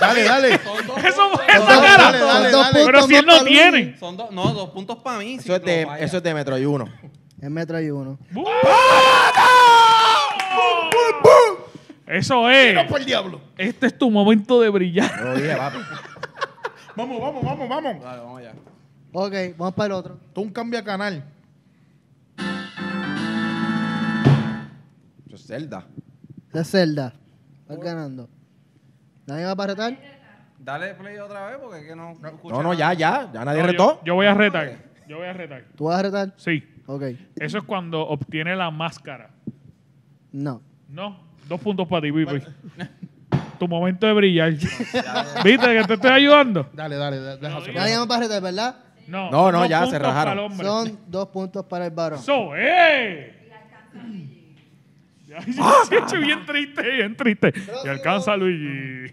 Speaker 7: Dale,
Speaker 5: *laughs*
Speaker 7: dale.
Speaker 5: Son dos
Speaker 4: Eso
Speaker 5: puntos,
Speaker 4: esa
Speaker 2: Son
Speaker 5: son dos-
Speaker 2: dos-
Speaker 4: cara.
Speaker 7: dale, dale,
Speaker 2: son dos
Speaker 7: dale.
Speaker 4: Pero
Speaker 2: puntos
Speaker 4: si él
Speaker 2: más
Speaker 4: no
Speaker 2: para
Speaker 4: tiene.
Speaker 5: Son dos, no, dos puntos para mí.
Speaker 3: Eso es de, eso es de Metroid 1.
Speaker 2: Luis. Es Metroid 1.
Speaker 4: ¡Bum! Eso es.
Speaker 1: Por el diablo.
Speaker 4: Este es tu momento de brillar.
Speaker 3: Yo lo dije, papi.
Speaker 1: Vamos, vamos, vamos, vamos.
Speaker 5: Dale, vamos allá.
Speaker 2: Ok, vamos para el otro.
Speaker 1: Esto es un cambio a canal.
Speaker 3: Eso es Zelda.
Speaker 2: De Zelda. Vas ganando. ¿Nadie va a retar?
Speaker 5: Dale play otra vez porque es que no, escucho
Speaker 3: No, no, ya,
Speaker 5: nada.
Speaker 3: ya. Ya nadie
Speaker 4: No, yo-
Speaker 3: retó.
Speaker 4: Yo, voy a retar. Yo voy a retar.
Speaker 2: ¿Tú vas a retar?
Speaker 4: Sí.
Speaker 2: Ok.
Speaker 4: Eso es cuando obtiene la máscara.
Speaker 2: No.
Speaker 4: No. Dos puntos para ti, Pipi. Tu momento
Speaker 1: *laughs*
Speaker 4: de brillar. ¿Viste que te estoy ayudando?
Speaker 1: Dale, dale, dale. déjalo.
Speaker 4: digas.
Speaker 2: Nadie va a retar, ¿verdad?
Speaker 4: No.
Speaker 3: No, no,
Speaker 4: dos
Speaker 3: ya, se
Speaker 4: puntos
Speaker 3: rajaron.
Speaker 4: para el hombre.
Speaker 2: Son dos puntos para el varón.
Speaker 4: Eso es. Ya, yo estoy bien triste, bien triste. Y alcanza a Luigi.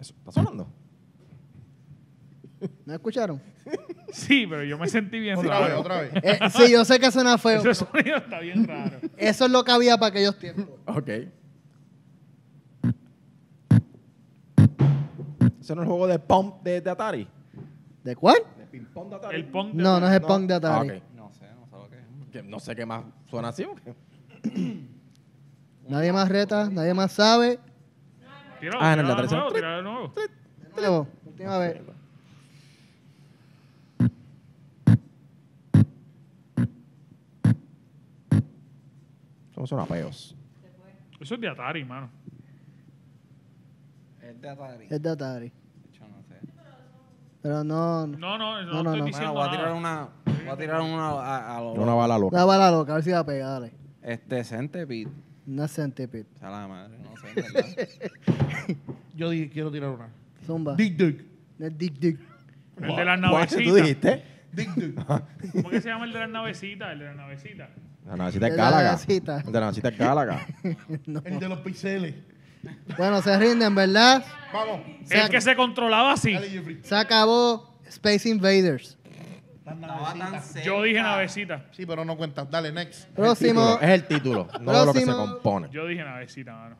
Speaker 3: Eso, ¿Está sonando?
Speaker 2: ¿No escucharon?
Speaker 4: Sí, pero yo me sentí bien
Speaker 1: Otra vez,
Speaker 4: raro.
Speaker 1: otra vez.
Speaker 2: Eh, sí, yo sé que suena feo.
Speaker 4: Ese sonido está bien raro.
Speaker 2: Eso es lo que había para aquellos tiempos.
Speaker 3: Ok. ¿Ese no es el juego de Pump de, de Atari? Ah,
Speaker 2: ¿De cuál?
Speaker 3: ¿De ping pong de Atari?
Speaker 4: El pong de-
Speaker 2: No, no es el punk de Atari.
Speaker 3: Ah, ok.
Speaker 5: No sé, no sé lo que es.
Speaker 3: Que No sé qué más suena así. porque-
Speaker 2: Nadie más reta, nadie más sabe.
Speaker 4: Tíralo,
Speaker 3: Ah, en el de
Speaker 4: tíralo de
Speaker 3: atrás.
Speaker 4: nuevo, tíralo de nuevo.
Speaker 2: De nuevo, última vez.
Speaker 3: Somos unos apeos.
Speaker 4: Eso es de Atari, mano.
Speaker 5: Es de Atari.
Speaker 2: Es de Atari.
Speaker 5: Yo no sé.
Speaker 2: Pero no. no.
Speaker 4: No, no,
Speaker 2: No,
Speaker 4: no,
Speaker 2: no,
Speaker 4: estoy diciendo
Speaker 2: no.
Speaker 5: Bueno, voy a tirar
Speaker 4: nada.
Speaker 5: una. Voy a tirar una a, a lo-
Speaker 3: Una bala loca.
Speaker 2: La bala loca, a ver si va a pegar, dale.
Speaker 5: Este Centipede.
Speaker 2: Una centipede.
Speaker 5: O sea, la madre, no sé. en *laughs* verdad.
Speaker 1: Yo dije, quiero tirar una.
Speaker 2: Zumba.
Speaker 1: Dick Dick.
Speaker 2: Es Dick Dick.
Speaker 4: El de las
Speaker 3: *laughs* ¿Cuál es que tú
Speaker 4: navecitas.
Speaker 3: dijiste?
Speaker 1: Dick Dick.
Speaker 4: ¿Cómo que se llama el de las navecitas? El de las navecitas.
Speaker 3: La navecita es
Speaker 2: De la
Speaker 3: Gálaga.
Speaker 2: navecita.
Speaker 3: De la navecita es
Speaker 2: *laughs*
Speaker 3: Gálaga.
Speaker 2: No.
Speaker 1: El de los pixeles.
Speaker 2: Bueno, se rinden, ¿verdad?
Speaker 1: Vamos.
Speaker 2: Se,
Speaker 4: El que se controlaba así.
Speaker 1: Dale, Jeffrey.
Speaker 2: se acabó Space Invaders.
Speaker 1: Las
Speaker 5: Estaba tan
Speaker 1: navecitas.
Speaker 5: cerca.
Speaker 4: Yo dije navecita.
Speaker 1: Sí, pero no cuentas. Dale, next.
Speaker 2: Próximo.
Speaker 4: ¿eh?
Speaker 3: Es el título, no de lo que se
Speaker 2: Próximo.
Speaker 3: compone.
Speaker 4: Yo dije navecita, mano.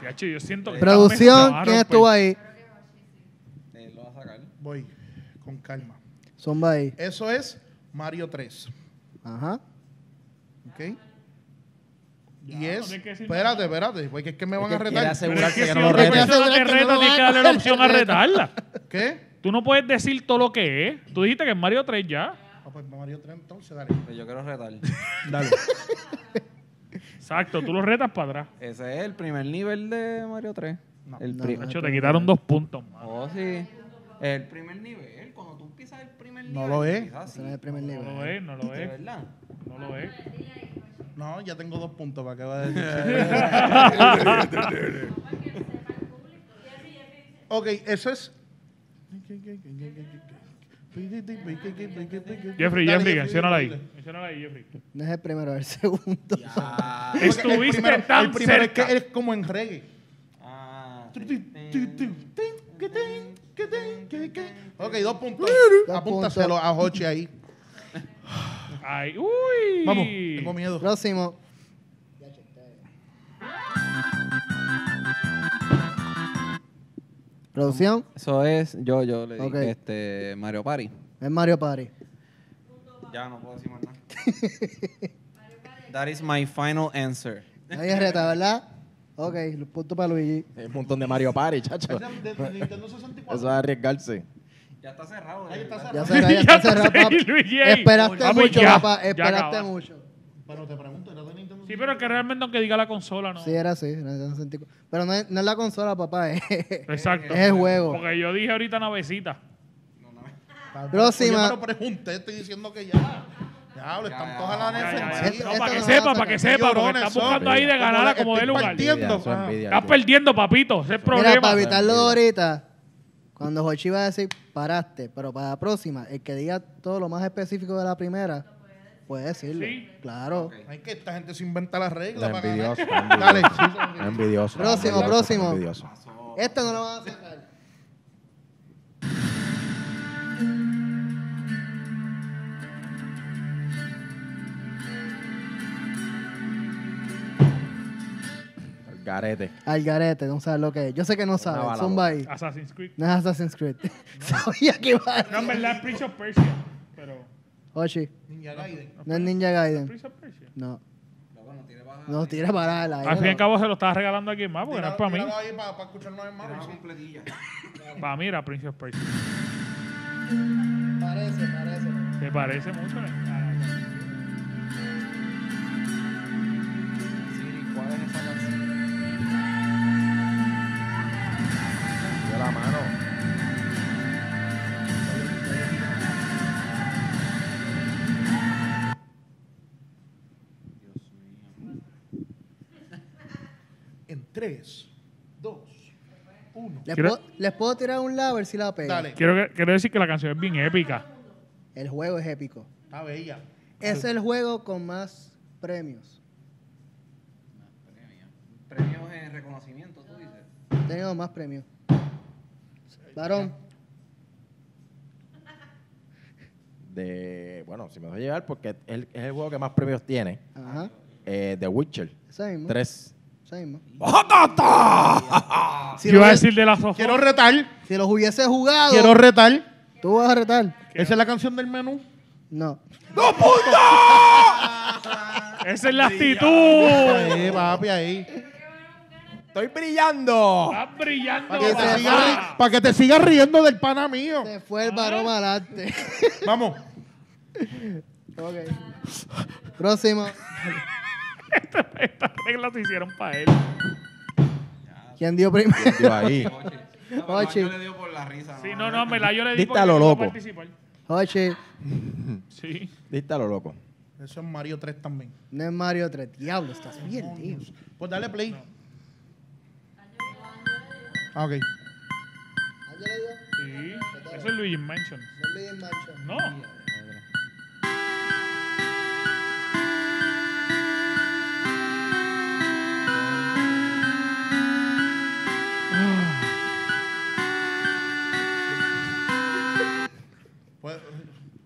Speaker 4: Tiacho, yo siento que
Speaker 2: Producción, ¿quién estuvo
Speaker 4: ahí?
Speaker 2: ahí?
Speaker 5: Eh, lo va a sacar.
Speaker 1: Voy con calma.
Speaker 2: Zumba ahí.
Speaker 1: Eso es Mario 3.
Speaker 2: Ajá.
Speaker 1: ¿Ok? Y es.
Speaker 4: no hay que decir
Speaker 1: Espérate, espérate. Porque es que me van a
Speaker 3: que quiere
Speaker 1: retar.
Speaker 3: hacer-
Speaker 4: Pero
Speaker 3: Asegurar
Speaker 4: es que
Speaker 3: que ya
Speaker 4: si
Speaker 3: no lo
Speaker 4: otra
Speaker 3: reten.
Speaker 4: persona
Speaker 2: Asegurar
Speaker 4: te
Speaker 2: que no
Speaker 4: reta,
Speaker 2: lo
Speaker 4: tienes que
Speaker 2: hagan.
Speaker 4: darle la opción a retarla.
Speaker 1: *laughs* ¿Qué?
Speaker 4: Tú no puedes decir todo lo que es. Tú dijiste que es Mario 3 ya.
Speaker 1: Ah, pues Mario 3 entonces, dale.
Speaker 5: Pero Pues yo quiero retar.
Speaker 3: Dale.
Speaker 4: Exacto, tú lo retas para atrás.
Speaker 5: Ese es el primer nivel de Mario 3. el
Speaker 2: No,
Speaker 5: pri-
Speaker 2: no.
Speaker 4: Tacho, te quitaron dos puntos, mano.
Speaker 5: Oh, sí. El primer nivel. Cuando tú empiezas el primer nivel.
Speaker 1: No lo es.
Speaker 5: empiezas
Speaker 2: Ese no es
Speaker 5: así.
Speaker 2: el primer
Speaker 4: No eh. lo
Speaker 2: nivel.
Speaker 4: es, no lo
Speaker 5: De
Speaker 4: es,
Speaker 5: verdad.
Speaker 4: no lo es.
Speaker 1: No, ya tengo dos puntos para que va a decir.
Speaker 4: *laughs*
Speaker 1: ok, eso es
Speaker 4: Jeffrey,
Speaker 1: Dale,
Speaker 4: Jeffrey, menciónala ahí.
Speaker 1: dale.
Speaker 4: Menciónala ahí, Jeffrey.
Speaker 2: No es el primero, es el segundo.
Speaker 4: Estuviste
Speaker 1: primero-
Speaker 4: tan
Speaker 1: el primero
Speaker 4: cerca.
Speaker 1: Es, que es como en reggae.
Speaker 5: Ah, este,
Speaker 1: Ok, dos puntos.
Speaker 2: Dos
Speaker 1: Apúntaselo
Speaker 2: puntos.
Speaker 1: a Hochi ahí.
Speaker 4: Ay, uy.
Speaker 1: Vamos, tengo miedo.
Speaker 2: Próximo. Producción
Speaker 5: Eso es, yo, yo le dije,
Speaker 2: Ok.
Speaker 5: este, Mario Party.
Speaker 2: es Mario Party.
Speaker 5: Ya no puedo decir más nada. *laughs* That is my final answer.
Speaker 4: *laughs*
Speaker 2: Nadie reta, ¿verdad? Ok, punto para Luigi.
Speaker 3: Hay un montón de Mario Party, chacho.
Speaker 1: Es de-
Speaker 2: Pues,
Speaker 1: de Nintendo 64.
Speaker 3: Eso es arriesgarse.
Speaker 5: Ya está cerrado.
Speaker 1: Ahí está
Speaker 2: Ya
Speaker 1: cerrado.
Speaker 4: *laughs*
Speaker 2: se ya está
Speaker 4: Ya
Speaker 2: cerrado,
Speaker 4: está,
Speaker 2: papá.
Speaker 4: Luigi.
Speaker 2: Esperaste
Speaker 4: Vamos,
Speaker 2: mucho,
Speaker 4: ya,
Speaker 2: papá.
Speaker 4: ya
Speaker 2: Esperaste
Speaker 4: acaba.
Speaker 2: mucho.
Speaker 1: Pero te pregunto, ¿era de Nintendo
Speaker 4: Sí, pero que realmente aunque diga la consola, no.
Speaker 2: Sí, era así. era de 64. Pero no es, no es la consola, papá. *laughs* Es,
Speaker 4: Exacto.
Speaker 2: es el juego.
Speaker 4: Porque yo dije ahorita navecita.
Speaker 2: Próxima.
Speaker 1: Yo no pregunté, estoy diciendo que ya. Ya, le están todas las
Speaker 4: Ya, ya, ya.
Speaker 1: defensivas.
Speaker 4: No,
Speaker 2: Esto-
Speaker 4: para
Speaker 2: esto
Speaker 4: que
Speaker 2: no
Speaker 4: sepa,
Speaker 2: va a
Speaker 4: para que
Speaker 2: sacar.
Speaker 4: sepa, porque
Speaker 1: Llorones
Speaker 4: estás
Speaker 1: son.
Speaker 4: buscando ahí de ganar a como dé
Speaker 1: Estoy
Speaker 4: lugar.
Speaker 1: partiendo. Entiendo,
Speaker 3: Eso es
Speaker 1: ah.
Speaker 3: envidia,
Speaker 4: Estás
Speaker 3: yo-
Speaker 4: perdiendo, papito. Ese es el
Speaker 2: este Mira, para
Speaker 4: problema.
Speaker 2: evitarlo de ahorita, cuando Hochi va a decir paraste, pero para la próxima, el que diga todo lo más específico de la primera, puede decirlo.
Speaker 4: Sí.
Speaker 2: Claro.
Speaker 1: Hay que esta gente se inventa las reglas.
Speaker 3: Es
Speaker 1: para ganar.
Speaker 3: envidioso.
Speaker 1: Dale.
Speaker 3: Es envidioso.
Speaker 2: Próximo,
Speaker 3: envidioso,
Speaker 2: próximo.
Speaker 3: envidioso.
Speaker 2: Esta no la van a sacar.
Speaker 3: El Garete.
Speaker 2: Al garete, no sabes lo que es. Yo sé que no
Speaker 3: bala
Speaker 2: sabes. Zumba ahí.
Speaker 4: Assassin's Creed.
Speaker 2: No es Assassin's Creed. *laughs* Sabía que iba a
Speaker 4: No, en
Speaker 2: decir.
Speaker 4: verdad es Prince of Persia. Pero.
Speaker 2: Hochi,
Speaker 1: Ninja Gaiden.
Speaker 2: no es Ninja Gaiden.
Speaker 4: Prince of Persia.
Speaker 2: No. No, tira para la
Speaker 4: Al fin y al cabo se lo estaba regalando a alguien más, Ah, porque no es para mí.
Speaker 1: Para, para escucharnos en Mavis.
Speaker 4: Para mí era Prince of Persia.
Speaker 2: Parece, parece.
Speaker 4: Se parece mucho. ¿eh?
Speaker 5: ¿Cuál es esa canción?
Speaker 3: De la mano.
Speaker 1: En 3, 2, 1.
Speaker 2: ¿Les,
Speaker 4: Quiero-
Speaker 2: puedo, les puedo tirar un lado a ver si la pega.
Speaker 1: Dale.
Speaker 4: Quiero, que- quiero decir que la canción es bien épica.
Speaker 2: El juego es épico.
Speaker 1: Está bella.
Speaker 2: Es el juego con más premios.
Speaker 5: Premios en reconocimiento, tú dices.
Speaker 2: Ha tenido más premios. Varón,
Speaker 3: De, bueno, si me deja llegar, porque es el, es el juego que más premios tiene.
Speaker 2: ajá,
Speaker 3: Eh, The Witcher.
Speaker 2: ese mismo.
Speaker 3: Tres.
Speaker 2: ese mismo. Si, *laughs*
Speaker 4: Yo
Speaker 2: lo
Speaker 4: iba a
Speaker 2: hubiese-
Speaker 4: decir de la sofá.
Speaker 1: Quiero retar.
Speaker 2: si los hubiese jugado,
Speaker 1: Quiero retar.
Speaker 2: tú vas a retar.
Speaker 1: Esa es la canción del menú.
Speaker 2: No.
Speaker 4: Esa es la actitud.
Speaker 1: Ahí, papi, ahí.
Speaker 3: ¡Estoy brillando!
Speaker 4: Estás brillando.
Speaker 1: Para que, te
Speaker 4: papá.
Speaker 1: sigas ri- pa' que te sigas riendo del pana mío.
Speaker 2: Se fue el varón
Speaker 1: Ah.
Speaker 2: malante.
Speaker 1: Vamos.
Speaker 2: *laughs* ok. Próximo.
Speaker 4: Estas reglas se hicieron para él.
Speaker 2: ¿Quién dio
Speaker 1: *laughs*
Speaker 2: *laughs* primero?
Speaker 3: Yo ahí.
Speaker 2: Hochi.
Speaker 5: Yo le digo por la risa.
Speaker 4: Sí, no, no, en verdad yo le di
Speaker 3: Diste
Speaker 4: porque
Speaker 3: a lo
Speaker 4: yo iba
Speaker 3: loco.
Speaker 4: participar.
Speaker 2: Hochi.
Speaker 4: Sí.
Speaker 3: Diste a lo loco.
Speaker 1: Eso es Mario 3 también.
Speaker 2: No es Mario 3. Diablo, estás bien, tío.
Speaker 1: Pues dale play. Ah, ok.
Speaker 4: Sí. Eso es Luigi Mansion. No.
Speaker 1: Pues,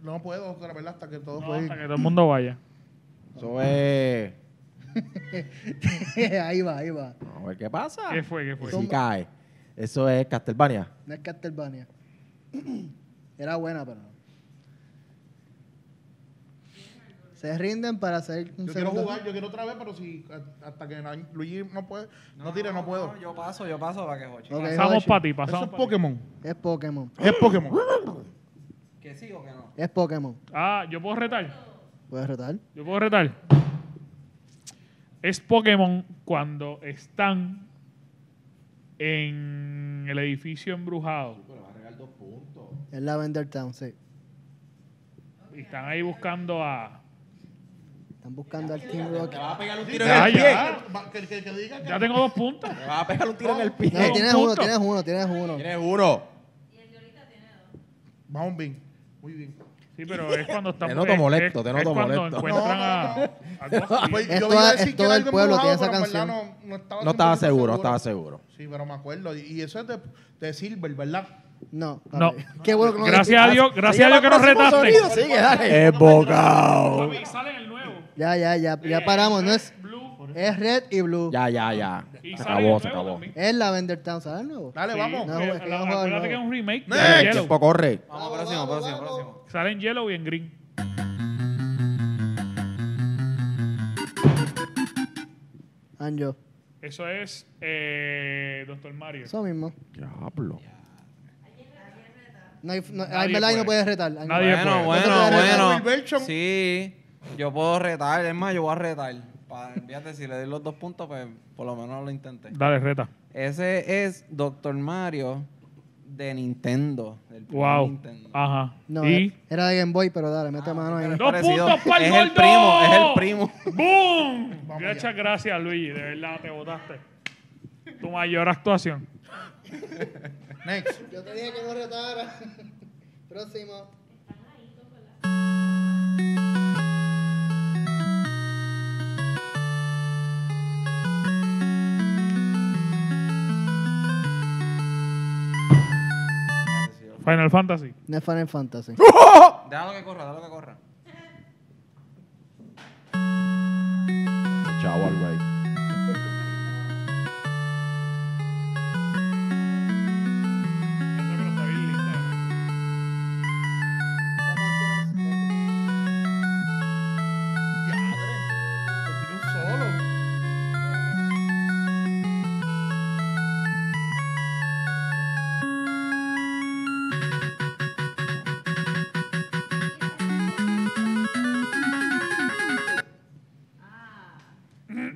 Speaker 1: no puedo, la verdad, hasta que todo
Speaker 4: No,
Speaker 1: fue.
Speaker 4: hasta que todo el mundo vaya.
Speaker 3: Eso es.
Speaker 2: *laughs* ahí va, ahí va.
Speaker 3: Vamos a ver qué pasa.
Speaker 4: ¿Qué fue? ¿Qué fue?
Speaker 3: Si cae. Eso es Castlevania.
Speaker 2: No es Castlevania. *clears throat* Era buena, pero no. Se rinden para hacer un
Speaker 1: Yo quiero
Speaker 2: segundo.
Speaker 1: jugar, yo quiero otra vez, pero si a- hasta que na- Luigi no puede, no, tire, no, puedo.
Speaker 5: Yo paso, yo paso para que Jochi.
Speaker 2: Ok,
Speaker 4: Pasamos
Speaker 2: Hochi.
Speaker 4: para ti,
Speaker 1: Eso
Speaker 4: pasamos
Speaker 1: es
Speaker 4: para ti.
Speaker 1: Pokémon.
Speaker 2: Es Pokémon.
Speaker 1: Es Pokémon.
Speaker 5: ¿Que sí o que no?
Speaker 2: Es Pokémon.
Speaker 4: Ah, yo puedo retar.
Speaker 2: ¿Puedes retar?
Speaker 4: Yo puedo retar. Es Pokémon cuando están en el edificio embrujado
Speaker 2: Es Lavender Town, sí.
Speaker 4: y están ahí buscando a.
Speaker 2: Están buscando al Team Rocket.
Speaker 4: Ya, ya.
Speaker 1: Va, Que, que- que diga que
Speaker 4: Ya tengo dos puntos.
Speaker 3: Te vas a pegar un tiro en el pie.
Speaker 2: No, tienes
Speaker 4: un
Speaker 2: uno,
Speaker 4: punto.
Speaker 2: tienes uno, tienes uno.
Speaker 3: Tienes uno.
Speaker 1: Vamos bien. Muy bien.
Speaker 4: Sí, pero es cuando están...
Speaker 3: Te noto
Speaker 4: es- es-
Speaker 3: molesto, te
Speaker 4: es
Speaker 3: noto
Speaker 4: cuando
Speaker 3: molesto.
Speaker 4: encuentran a- a Ghosty.
Speaker 1: Pues,
Speaker 2: Es
Speaker 1: yo
Speaker 2: toda-
Speaker 1: iba a
Speaker 2: es
Speaker 1: decir que
Speaker 2: todo
Speaker 1: era
Speaker 2: el
Speaker 1: algo
Speaker 2: pueblo
Speaker 1: embrujado,
Speaker 2: tiene esa
Speaker 1: pero en verdad No, estaba,
Speaker 3: No estaba
Speaker 1: 100%
Speaker 3: seguro, no estaba seguro.
Speaker 1: Sí, pero me acuerdo. Y, y eso es de, de Silver, ¿verdad?
Speaker 2: No. papi.
Speaker 4: No.
Speaker 2: *laughs* Qué bueno que no
Speaker 4: Gracias a Dios, gracias a Dios que nos retaste.
Speaker 3: Es bocao.
Speaker 4: Papi, sale el nuevo.
Speaker 2: Ya, ya, ya. Ya paramos. No es,
Speaker 4: Blue.
Speaker 2: es red y blue.
Speaker 3: Ya, ya, ya.
Speaker 4: Y
Speaker 3: Se
Speaker 4: sale
Speaker 3: acabó,
Speaker 4: el
Speaker 3: se
Speaker 4: nuevo
Speaker 3: acabó.
Speaker 4: también.
Speaker 2: Es Lavender Town, ¿sabes nuevo?
Speaker 1: Dale,
Speaker 4: Sí,
Speaker 1: vamos.
Speaker 2: No,
Speaker 4: que-
Speaker 2: es que
Speaker 4: la-
Speaker 2: vamos a
Speaker 4: acuérdate
Speaker 2: jugar
Speaker 4: que es un remake. de
Speaker 3: El
Speaker 4: Yellow.
Speaker 3: tiempo corre.
Speaker 5: Vamos, próximo, próximo, próximo.
Speaker 4: Sale en yellow y en green.
Speaker 2: Anjo.
Speaker 4: Eso es eh, Doctor Mario.
Speaker 2: Eso mismo.
Speaker 3: Diablo.
Speaker 2: No hay, no, hay
Speaker 4: Nadie
Speaker 2: verdad y
Speaker 4: puede.
Speaker 2: no puedes retar. Anjo.
Speaker 4: Nadie
Speaker 5: Bueno,
Speaker 4: puede.
Speaker 5: bueno,
Speaker 2: puede retar
Speaker 1: Will Belchon.
Speaker 5: bueno. Sí, yo puedo retar. Es más, yo voy a retar. Pa- Fíjate, si le doy los dos puntos, pues por lo menos lo intenté.
Speaker 4: Dale, reta.
Speaker 5: Ese es Doctor Mario de Nintendo. Del primer
Speaker 4: Wow.
Speaker 5: Nintendo.
Speaker 4: Ajá.
Speaker 2: No,
Speaker 4: y... Ah,
Speaker 2: era de Game Boy, pero dale, mete mano ahí.
Speaker 5: pero-
Speaker 4: Dos
Speaker 5: Parecido.
Speaker 4: puntos para el
Speaker 5: Es el primo, es el primo.
Speaker 4: ¡Boom! Muchas gracias, Luigi. De verdad, te votaste. Tu mayor actuación.
Speaker 1: Next.
Speaker 2: Yo te dije que no retara. *laughs* Próximo.
Speaker 4: Final Fantasy.
Speaker 2: No es Final Fantasy.
Speaker 5: Déjalo que corra, déjalo que corra.
Speaker 3: Chavo al güey.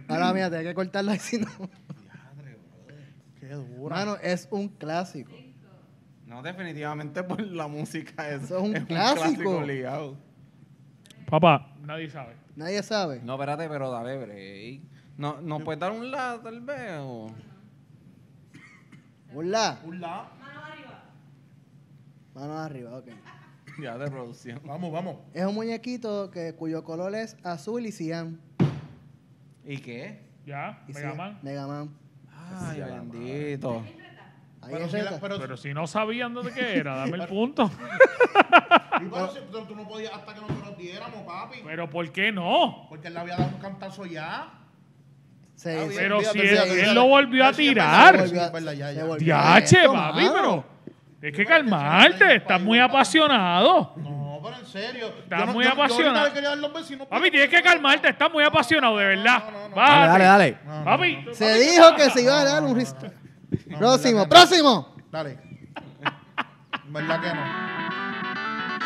Speaker 2: Ahora mira, tengo que cortarla *laughs* ahí si no.
Speaker 1: Qué duro.
Speaker 2: Mano, es un clásico.
Speaker 5: No, definitivamente por la música. Eso
Speaker 2: es un clásico.
Speaker 5: obligado.
Speaker 4: Papá, nadie sabe.
Speaker 2: Nadie sabe.
Speaker 5: No, espérate, pero dale break. No, ¿Nos puedes dar un lado, tal vez? o?
Speaker 2: Hola.
Speaker 1: Un la.
Speaker 2: Manos arriba, ok.
Speaker 5: Ya de producción.
Speaker 1: Vamos, vamos.
Speaker 2: Es un muñequito que, cuyo color es azul y cian.
Speaker 5: ¿Y qué?
Speaker 4: Ya,
Speaker 2: Y
Speaker 4: Mega
Speaker 2: cian.
Speaker 4: Man.
Speaker 2: Mega Man.
Speaker 5: Ay, bendito.
Speaker 2: Ahí
Speaker 1: Pero
Speaker 2: es
Speaker 1: si la-
Speaker 2: reta.
Speaker 1: pero-
Speaker 4: Pero si no sabían de qué era, dame
Speaker 2: *laughs*
Speaker 4: el punto.
Speaker 1: y bueno, si- pero tú no podías hasta que nosotros diéramos, papi.
Speaker 4: Pero ¿por qué no?
Speaker 1: Porque él le había dado un cantazo ya.
Speaker 2: Se-
Speaker 1: Ah, bien,
Speaker 2: se-
Speaker 4: Pero
Speaker 1: olvídate,
Speaker 4: si
Speaker 1: olvídate,
Speaker 4: él-
Speaker 1: olvídate.
Speaker 4: él lo volvió a
Speaker 1: Pero si es
Speaker 4: tirar.
Speaker 1: verdad, sí, es verdad, ya,
Speaker 2: Se
Speaker 1: ya.
Speaker 2: volvió a
Speaker 4: Diache,
Speaker 2: esto,
Speaker 4: papi,
Speaker 2: mano.
Speaker 4: pero. Es que calmarte, estás muy apasionado.
Speaker 1: No, pero en serio.
Speaker 4: Está
Speaker 1: Yo no-
Speaker 4: muy
Speaker 1: yo- yo ahorita
Speaker 4: apasionado.
Speaker 1: le quería dar los vecinos, pero-
Speaker 4: Papi, tienes que calmarte, estás muy apasionado, de verdad.
Speaker 1: No, no, no.
Speaker 4: Bájate.
Speaker 3: Dale, dale, dale.
Speaker 4: Papi, tú-
Speaker 2: Se
Speaker 4: papi,
Speaker 2: dijo que se iba a dar un restart.
Speaker 4: Ah,
Speaker 1: No,
Speaker 2: Próximo,
Speaker 1: en verdad
Speaker 2: próximo.
Speaker 1: que no. Dale. En verdad que no.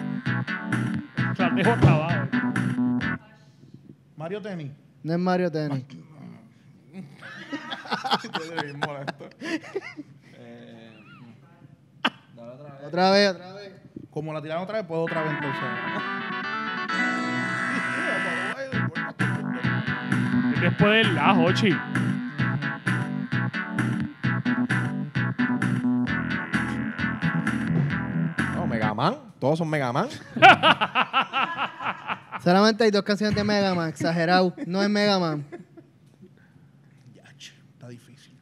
Speaker 4: o sea, te dejo acabado.
Speaker 1: Mario Tenis.
Speaker 2: No es Mario Tennis.
Speaker 5: Estoy bien molesto. Eh, dale otra vez.
Speaker 2: Otra vez, otra vez.
Speaker 1: Como la tiraron otra vez, puedo otra vez entonces.
Speaker 4: Es Después del la, Hochi.
Speaker 3: No, Mega Man. Todos son Mega Man.
Speaker 2: Solamente hay dos canciones de Mega Man, exagerado. No es Mega Man.
Speaker 1: Ya, che, está difícil.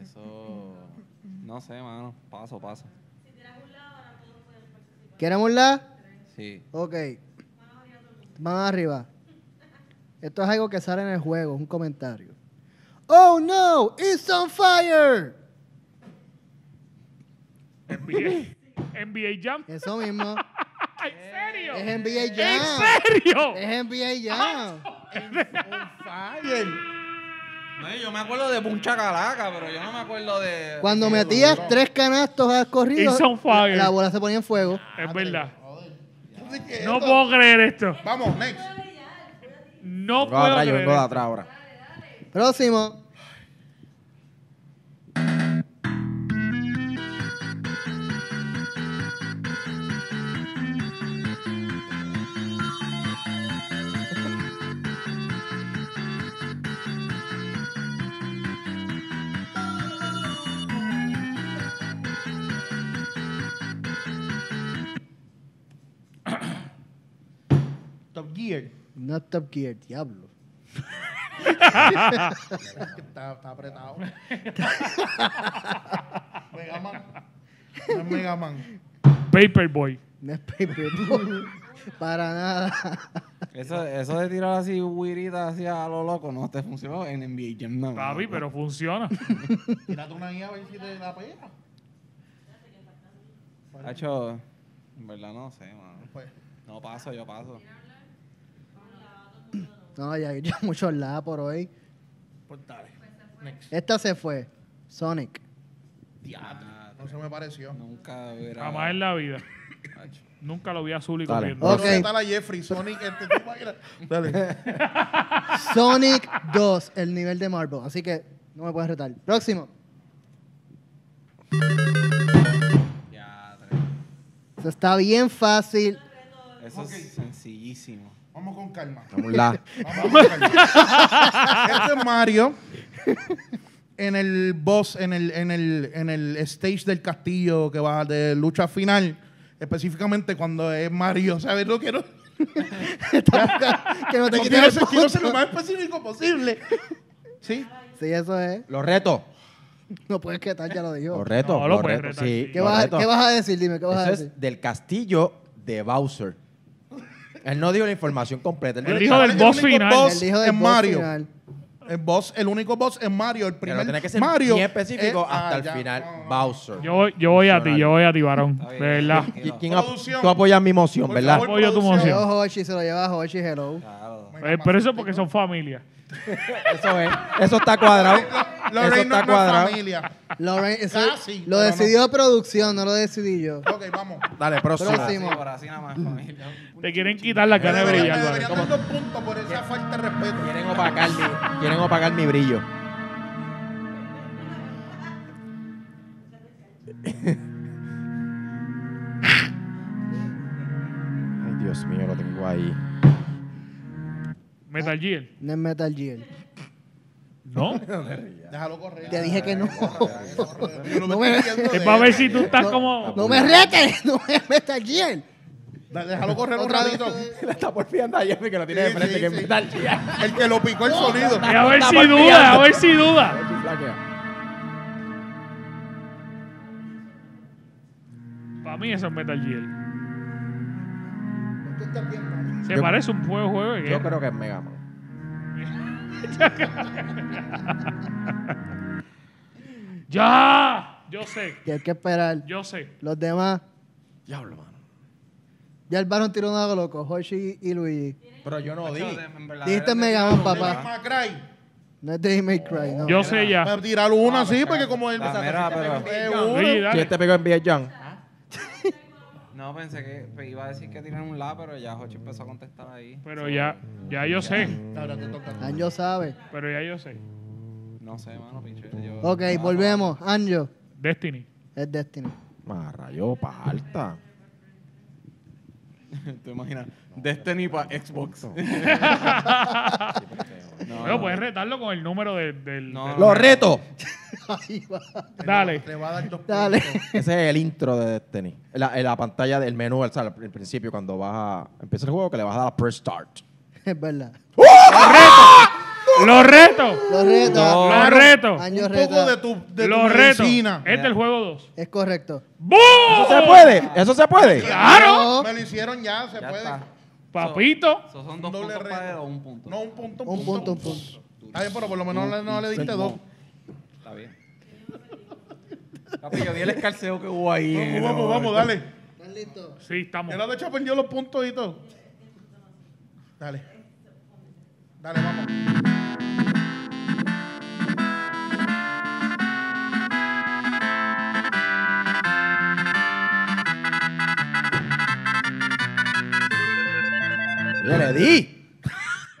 Speaker 5: Eso. No sé, mano. Paso, paso.
Speaker 2: ¿Queremos la?
Speaker 5: Sí.
Speaker 2: Ok. Vamos arriba. Esto es algo que sale en el juego, un comentario. Oh no, it's on fire.
Speaker 4: NBA, NBA Jam.
Speaker 2: *laughs* Eso mismo.
Speaker 4: ¿En serio?
Speaker 2: Es NBA
Speaker 4: ¿En
Speaker 2: Jam.
Speaker 4: serio?
Speaker 2: Es NBA Jam.
Speaker 5: No, yo me acuerdo de Puncha Calaca, pero yo no me acuerdo de.
Speaker 2: Cuando metías tres canastos al corrido,
Speaker 4: It's on fire.
Speaker 2: la bola se ponía en fuego.
Speaker 4: Es verdad.
Speaker 1: Así que
Speaker 4: No
Speaker 1: eso.
Speaker 4: puedo creer esto.
Speaker 1: Vamos, next.
Speaker 4: No
Speaker 3: Vengo de
Speaker 4: puedo
Speaker 3: atrás, yo
Speaker 4: creer
Speaker 3: vengo de
Speaker 4: esto.
Speaker 3: atrás ahora.
Speaker 2: Próximo.
Speaker 1: Top Gear.
Speaker 2: No Top Gear, diablo.
Speaker 1: Está, está
Speaker 5: *laughs*
Speaker 1: apretado. Mega Man. No es Mega Man.
Speaker 4: Paperboy.
Speaker 2: No es Paperboy. *laughs* Para nada.
Speaker 5: Eso, eso de tirar así huiritas hacia lo loco no te funcionó en NBA Jam. No,
Speaker 4: Papi, pero funciona.
Speaker 1: Tírate una guía a ver si te la pega.
Speaker 5: Hacho, en verdad no sé, mano.
Speaker 1: Pues,
Speaker 5: No paso, yo paso.
Speaker 2: No, ya, ya muchos la por hoy.
Speaker 1: pues dale. Next.
Speaker 2: Esta se fue. Sonic.
Speaker 5: Ah,
Speaker 1: No se me pareció.
Speaker 5: nunca hubiera.
Speaker 4: Jamás en la vida.
Speaker 5: Hacho.
Speaker 4: Nunca lo vi azul y
Speaker 3: Dale.
Speaker 4: corriendo.
Speaker 1: No
Speaker 2: Ok.
Speaker 1: sé, está la Jeffrey, Sonic, este, ¿tú imaginas? Dale.
Speaker 2: Sonic 2, el nivel de Marvel. Así que no me puedes retar. Próximo.
Speaker 5: Ya, tres.
Speaker 2: Eso está bien fácil.
Speaker 5: Eso es sencillísimo.
Speaker 1: Vamos con calma.
Speaker 3: Estamos la.
Speaker 1: Vamos, vamos con calma. este es Mario en el boss, en el, en el, en el stage del castillo que va de lucha final. Específicamente cuando es Mario, ¿sabes? No quiero,
Speaker 2: que no te
Speaker 1: no
Speaker 2: quiten
Speaker 1: quiero,
Speaker 2: el
Speaker 1: ser, quiero ser lo
Speaker 2: punto.
Speaker 1: más específico posible. ¿Sí?
Speaker 2: Sí, eso es.
Speaker 3: Los retos.
Speaker 2: No puedes quitar, ya lo dijo.
Speaker 3: Los retos.
Speaker 4: No, lo
Speaker 3: los
Speaker 4: puedes
Speaker 3: retos.
Speaker 4: retar,
Speaker 3: Sí,
Speaker 4: sí.
Speaker 2: ¿Qué,
Speaker 3: los
Speaker 2: vas,
Speaker 3: retos.
Speaker 2: qué vas a decir? Dime, ¿qué vas
Speaker 3: Eso
Speaker 2: a decir?
Speaker 3: es del castillo de Bowser. Él no dio la información completa. Él dio
Speaker 4: El
Speaker 3: la-
Speaker 4: hijo del
Speaker 1: El
Speaker 4: boss
Speaker 1: único
Speaker 4: final.
Speaker 1: boss.
Speaker 2: hijo del
Speaker 1: en
Speaker 2: boss
Speaker 1: Mario.
Speaker 2: final.
Speaker 1: El boss, el único boss es Mario, el
Speaker 3: Pero
Speaker 1: primer
Speaker 3: tiene que ser
Speaker 1: Mario.
Speaker 3: bien específico
Speaker 1: es-
Speaker 3: hasta
Speaker 1: ah,
Speaker 3: el
Speaker 1: ya,
Speaker 3: final.
Speaker 1: no, no.
Speaker 3: Bowser.
Speaker 4: Yo voy, yo voy a ti, yo voy a ti, varón.
Speaker 5: Está
Speaker 4: De
Speaker 5: bien.
Speaker 4: verdad.
Speaker 3: ¿Qui- ¿Quién ap-
Speaker 1: Producción.
Speaker 3: tú apoyas mi moción,
Speaker 1: Por
Speaker 3: verdad?
Speaker 1: favor,
Speaker 4: Apoyo tu
Speaker 1: producción.
Speaker 4: moción.
Speaker 2: Lleva Hochi, se lo lleva Hochi, hello.
Speaker 1: Ah.
Speaker 5: Claro.
Speaker 4: Eh, pero eso es porque son familia.
Speaker 3: Eso es. Eso está cuadrado. Eso
Speaker 1: Lorraine no
Speaker 3: está
Speaker 1: es una
Speaker 3: cuadrado.
Speaker 1: familia.
Speaker 2: Lauren, eso
Speaker 1: Casi,
Speaker 2: lo
Speaker 1: pero
Speaker 2: decidió producción, no lo decidí yo.
Speaker 1: Ok, vamos.
Speaker 3: Dale, próximo.
Speaker 2: Próximo.
Speaker 5: Por así nada más, familia.
Speaker 4: Te quieren quitar la
Speaker 1: Me
Speaker 4: cara de
Speaker 1: deberían-
Speaker 4: brillar,
Speaker 1: me
Speaker 4: varón.
Speaker 1: deberían dar dos puntos por esa falta de respeto.
Speaker 3: Quieren opacar, mi, quieren opacar mi brillo. *laughs* Ay, Dios mío, lo tengo ahí.
Speaker 4: Metal Gear.
Speaker 2: No es Metal Gear.
Speaker 4: No.
Speaker 1: Déjalo correr.
Speaker 2: Te dije que no.
Speaker 1: Ah, No me estoy riendo de
Speaker 4: Es para ver
Speaker 1: él.
Speaker 4: si tú estás como.
Speaker 2: No me retes, no es Metal Gear.
Speaker 1: Da- Déjalo correr un
Speaker 2: Otra vez.
Speaker 1: ratito.
Speaker 3: *laughs* La está porfiando a Jeffy que lo tiene
Speaker 1: Sí,
Speaker 3: de
Speaker 1: sí,
Speaker 3: frente, que
Speaker 1: sí.
Speaker 3: es metal. Ya.
Speaker 1: El que lo picó el sonido.
Speaker 4: Y a ver
Speaker 3: Está
Speaker 4: si
Speaker 3: golpeando.
Speaker 4: duda, a ver si duda.
Speaker 3: Chiflaquea.
Speaker 4: Para mí eso es Metal Gear.
Speaker 2: Tú estás bien, mami.
Speaker 4: Se
Speaker 3: Yo-
Speaker 4: parece un juego juego de
Speaker 3: Yo
Speaker 4: guerra.
Speaker 3: creo que es Mega Man.
Speaker 4: ¡Ya! Yo sé,
Speaker 2: Tienes que esperar.
Speaker 4: yo sé.
Speaker 2: Los demás.
Speaker 3: Diablo, mano.
Speaker 2: Ya el varón tiró un algo loco, Hoshi y Luigi.
Speaker 3: Pero yo no di.
Speaker 2: Dijiste Mega Man, papá.
Speaker 1: Macray.
Speaker 2: No es de May Cry, no.
Speaker 4: Yo sé ya.
Speaker 1: Para tirar Pues una así, porque como él
Speaker 5: La
Speaker 1: saca-
Speaker 5: mera, pero-
Speaker 1: Eh,
Speaker 4: Luigi,
Speaker 1: una.
Speaker 4: dale.
Speaker 3: ¿Quién te este pegó en Vietnam?
Speaker 5: No, pensé que pues, iba a decir que tienen un la, pero ya Jochi empezó a contestar ahí.
Speaker 4: Pero ya, ya yo sé.
Speaker 1: Ahora te toca.
Speaker 2: Anjo sabe.
Speaker 4: Pero ya yo sé.
Speaker 5: No sé, mano, pinche. yo-
Speaker 2: Ok,
Speaker 5: Ah, no.
Speaker 2: volvemos. Anjo
Speaker 4: Destiny.
Speaker 2: es Destiny.
Speaker 3: Marrayo, Ah, pa' alta.
Speaker 5: *laughs* ¿Te imaginas? Destiny para Xbox. no,
Speaker 4: Pero puedes retarlo con el número de- del.
Speaker 5: No.
Speaker 4: del-
Speaker 3: Los *laughs* retos.
Speaker 2: Ahí va.
Speaker 4: Dale.
Speaker 1: Le va a dar dos
Speaker 2: Dale.
Speaker 1: puntos.
Speaker 3: Ese es el intro de Destiny. La, la pantalla del menú, o sea, al al principio, cuando vas a. Empieza el juego, que le vas a dar a press start.
Speaker 2: Es verdad.
Speaker 4: ¡Los retos!
Speaker 2: Los reta.
Speaker 5: No.
Speaker 4: ¡Los retos!
Speaker 2: Anjo
Speaker 1: Un poco de
Speaker 2: reta.
Speaker 1: tu, de tu
Speaker 4: ¡Los retos!
Speaker 1: medicina.
Speaker 4: Este es el juego 2.
Speaker 2: Es correcto.
Speaker 4: ¡Boom!
Speaker 3: ¿Eso se puede? ¿Eso se puede?
Speaker 4: ¡Claro!
Speaker 1: Me lo hicieron ya, se
Speaker 5: Ya
Speaker 1: puede.
Speaker 5: está.
Speaker 4: Papito.
Speaker 5: Esos son dos
Speaker 1: Doble
Speaker 5: puntos
Speaker 1: reto.
Speaker 5: para él o un punto.
Speaker 1: No, un punto, un,
Speaker 2: Un punto, un punto.
Speaker 1: Está bien, pero por lo menos no, le- no le diste dos.
Speaker 5: Está bien. Papi, yo vi el escarceo que hubo ahí.
Speaker 1: Vamos, vamos, vamos, dale.
Speaker 2: ¿Están listos?
Speaker 4: Sí, estamos.
Speaker 1: Yo la de hecho perdió los puntos y todo. Dale. Dale, vamos.
Speaker 3: Yo le di.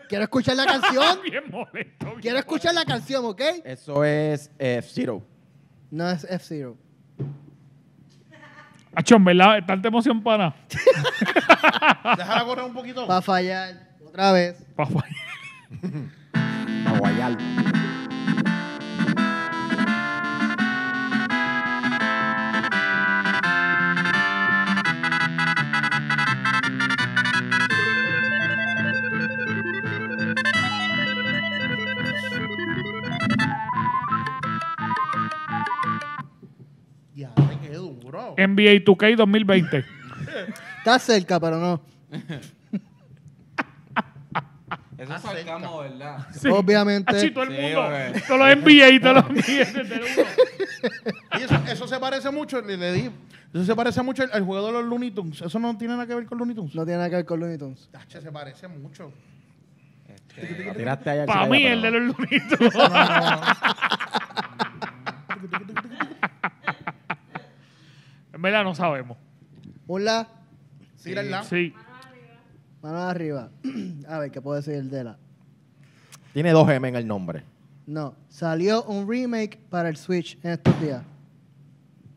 Speaker 2: Quiero escuchar la canción.
Speaker 4: Bien molesto. bien
Speaker 2: Quiero escuchar la canción, ¿ok?
Speaker 3: Eso es eh, F-Zero.
Speaker 2: No es F-Zero.
Speaker 4: molesto. Acho, en verdad, es tanta emoción para nada.
Speaker 1: Déjala correr un poquito.
Speaker 2: Va a fallar. Otra vez.
Speaker 4: Papá.
Speaker 3: Aguayal.
Speaker 4: NBA 2K 2020.
Speaker 2: Está cerca, pero no.
Speaker 5: Eso es sarcasmo, ¿verdad?
Speaker 4: Sí.
Speaker 2: Obviamente.
Speaker 4: Así todo el
Speaker 5: Sí,
Speaker 4: mundo.
Speaker 5: porque-
Speaker 4: Todos los NBA y todos los NBA desde el uno.
Speaker 1: Y eso, eso se parece mucho, le, le di. Eso se parece mucho al, al juego de los Looney Tunes. Eso no tiene nada que ver con Looney Tunes.
Speaker 2: No tiene nada que ver con Looney Tunes.
Speaker 1: Tacho, se parece mucho.
Speaker 5: Eh,
Speaker 3: La tiraste allá.
Speaker 4: Para mí, el de los lunitos.
Speaker 1: *laughs*
Speaker 4: en verdad, no sabemos.
Speaker 2: Hola,
Speaker 1: Tírala.
Speaker 4: Sí.
Speaker 2: mano arriba. *clears throat* A ver, ¿qué puedo decir el de la?
Speaker 3: Tiene dos M en el nombre.
Speaker 2: No, salió un remake para el Switch en estos días.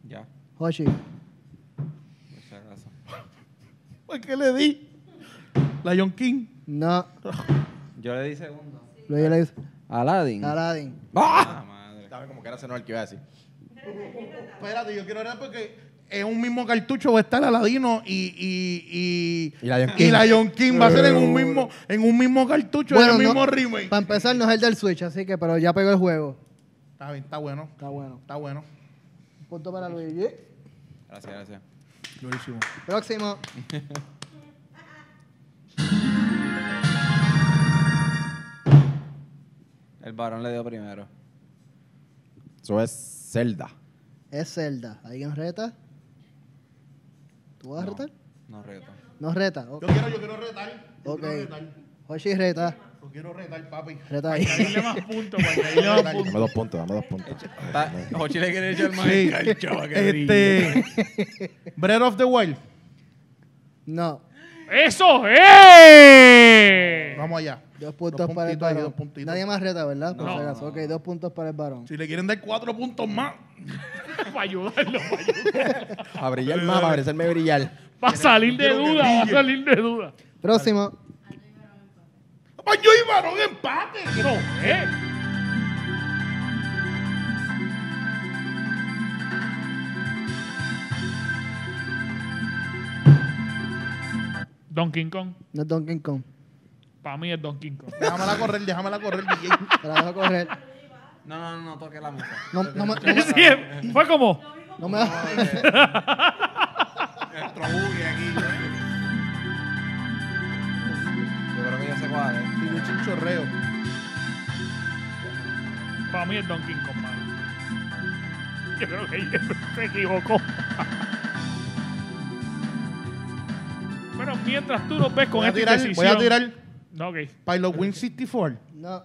Speaker 5: Ya,
Speaker 2: Hoshi,
Speaker 5: muchas gracias.
Speaker 1: ¿Por Pues, qué le di? La John King.
Speaker 2: no.
Speaker 5: Yo le di segundo.
Speaker 2: Luego yo le dije,
Speaker 5: Aladdin.
Speaker 2: Aladdin.
Speaker 5: ¡Ah! madre.
Speaker 3: Sabe como que era ese no es el que iba a decir.
Speaker 1: Espérate, yo quiero ver porque en un mismo cartucho va a estar Aladino y, y, y,
Speaker 3: Y Lion King.
Speaker 1: Lion King va a ser en un mismo, en un mismo cartucho, en el mismo remake.
Speaker 2: Para empezar, no es el del Switch, así que, pero ya pegó el juego.
Speaker 1: Está bien, está bueno,
Speaker 2: Está bueno.
Speaker 1: está bueno.
Speaker 2: Punto para Luigi.
Speaker 5: Gracias, gracias.
Speaker 1: Durísimo.
Speaker 2: Próximo.
Speaker 5: El varón le dio primero.
Speaker 3: Eso es Zelda.
Speaker 2: Es Zelda. ¿Alguien reta? ¿Tú vas a retar?
Speaker 5: No reto.
Speaker 2: No reta. O-
Speaker 1: Yo quiero, yo quiero retar. Yo
Speaker 2: Ok.
Speaker 1: quiero retar.
Speaker 2: Hoshi reta.
Speaker 1: Yo quiero retar, papi.
Speaker 2: Reta ahí.
Speaker 4: Añadirle más puntos. pues, para añadirle más puntos.
Speaker 3: Dame dos puntos, dame dos puntos.
Speaker 5: Está- Jochi le quiere echar más.
Speaker 1: Este. Breath of the Wild.
Speaker 2: *laughs* No.
Speaker 4: ¡Eso es!
Speaker 1: Vamos allá.
Speaker 2: Dos puntos
Speaker 1: Dos
Speaker 2: para el
Speaker 1: puntitos ahí,
Speaker 2: varón.
Speaker 1: dos puntitos.
Speaker 2: Nadie más reta, ¿verdad? Por
Speaker 4: No.
Speaker 2: si acaso. Ok, dos puntos para el varón.
Speaker 1: Si le quieren dar cuatro puntos más,
Speaker 4: Para ayudarlo. Para
Speaker 3: A brillar más, para hacerme brillar.
Speaker 4: salir de duda. Va a salir de duda.
Speaker 2: Próximo.
Speaker 1: ¡Pues yo iba a un empate!
Speaker 4: Eso es. Donkey Kong.
Speaker 2: No es Donkey Kong.
Speaker 4: Para mí es Donkey *laughs* Kong.
Speaker 1: Déjamela correr, déjamela correr, DJ.
Speaker 2: Te la dejo correr.
Speaker 5: No, no, no, no toque la mesa.
Speaker 2: No, no me, no me-
Speaker 4: Sí, fue como.
Speaker 2: no me da-
Speaker 7: Nuestro buggy aquí.
Speaker 5: Yo creo que yo sé cuál es.
Speaker 1: Tiene un chinchorreo.
Speaker 4: Para mí es Donkey Kong, mano. Yo creo que ella *laughs* se equivocó. bueno, mientras tú nos ves con
Speaker 1: Voy a
Speaker 4: esta
Speaker 1: tirar, voy
Speaker 4: indecisión.
Speaker 1: a tirar
Speaker 4: No, ok.
Speaker 1: Pilot Win 64.
Speaker 2: No.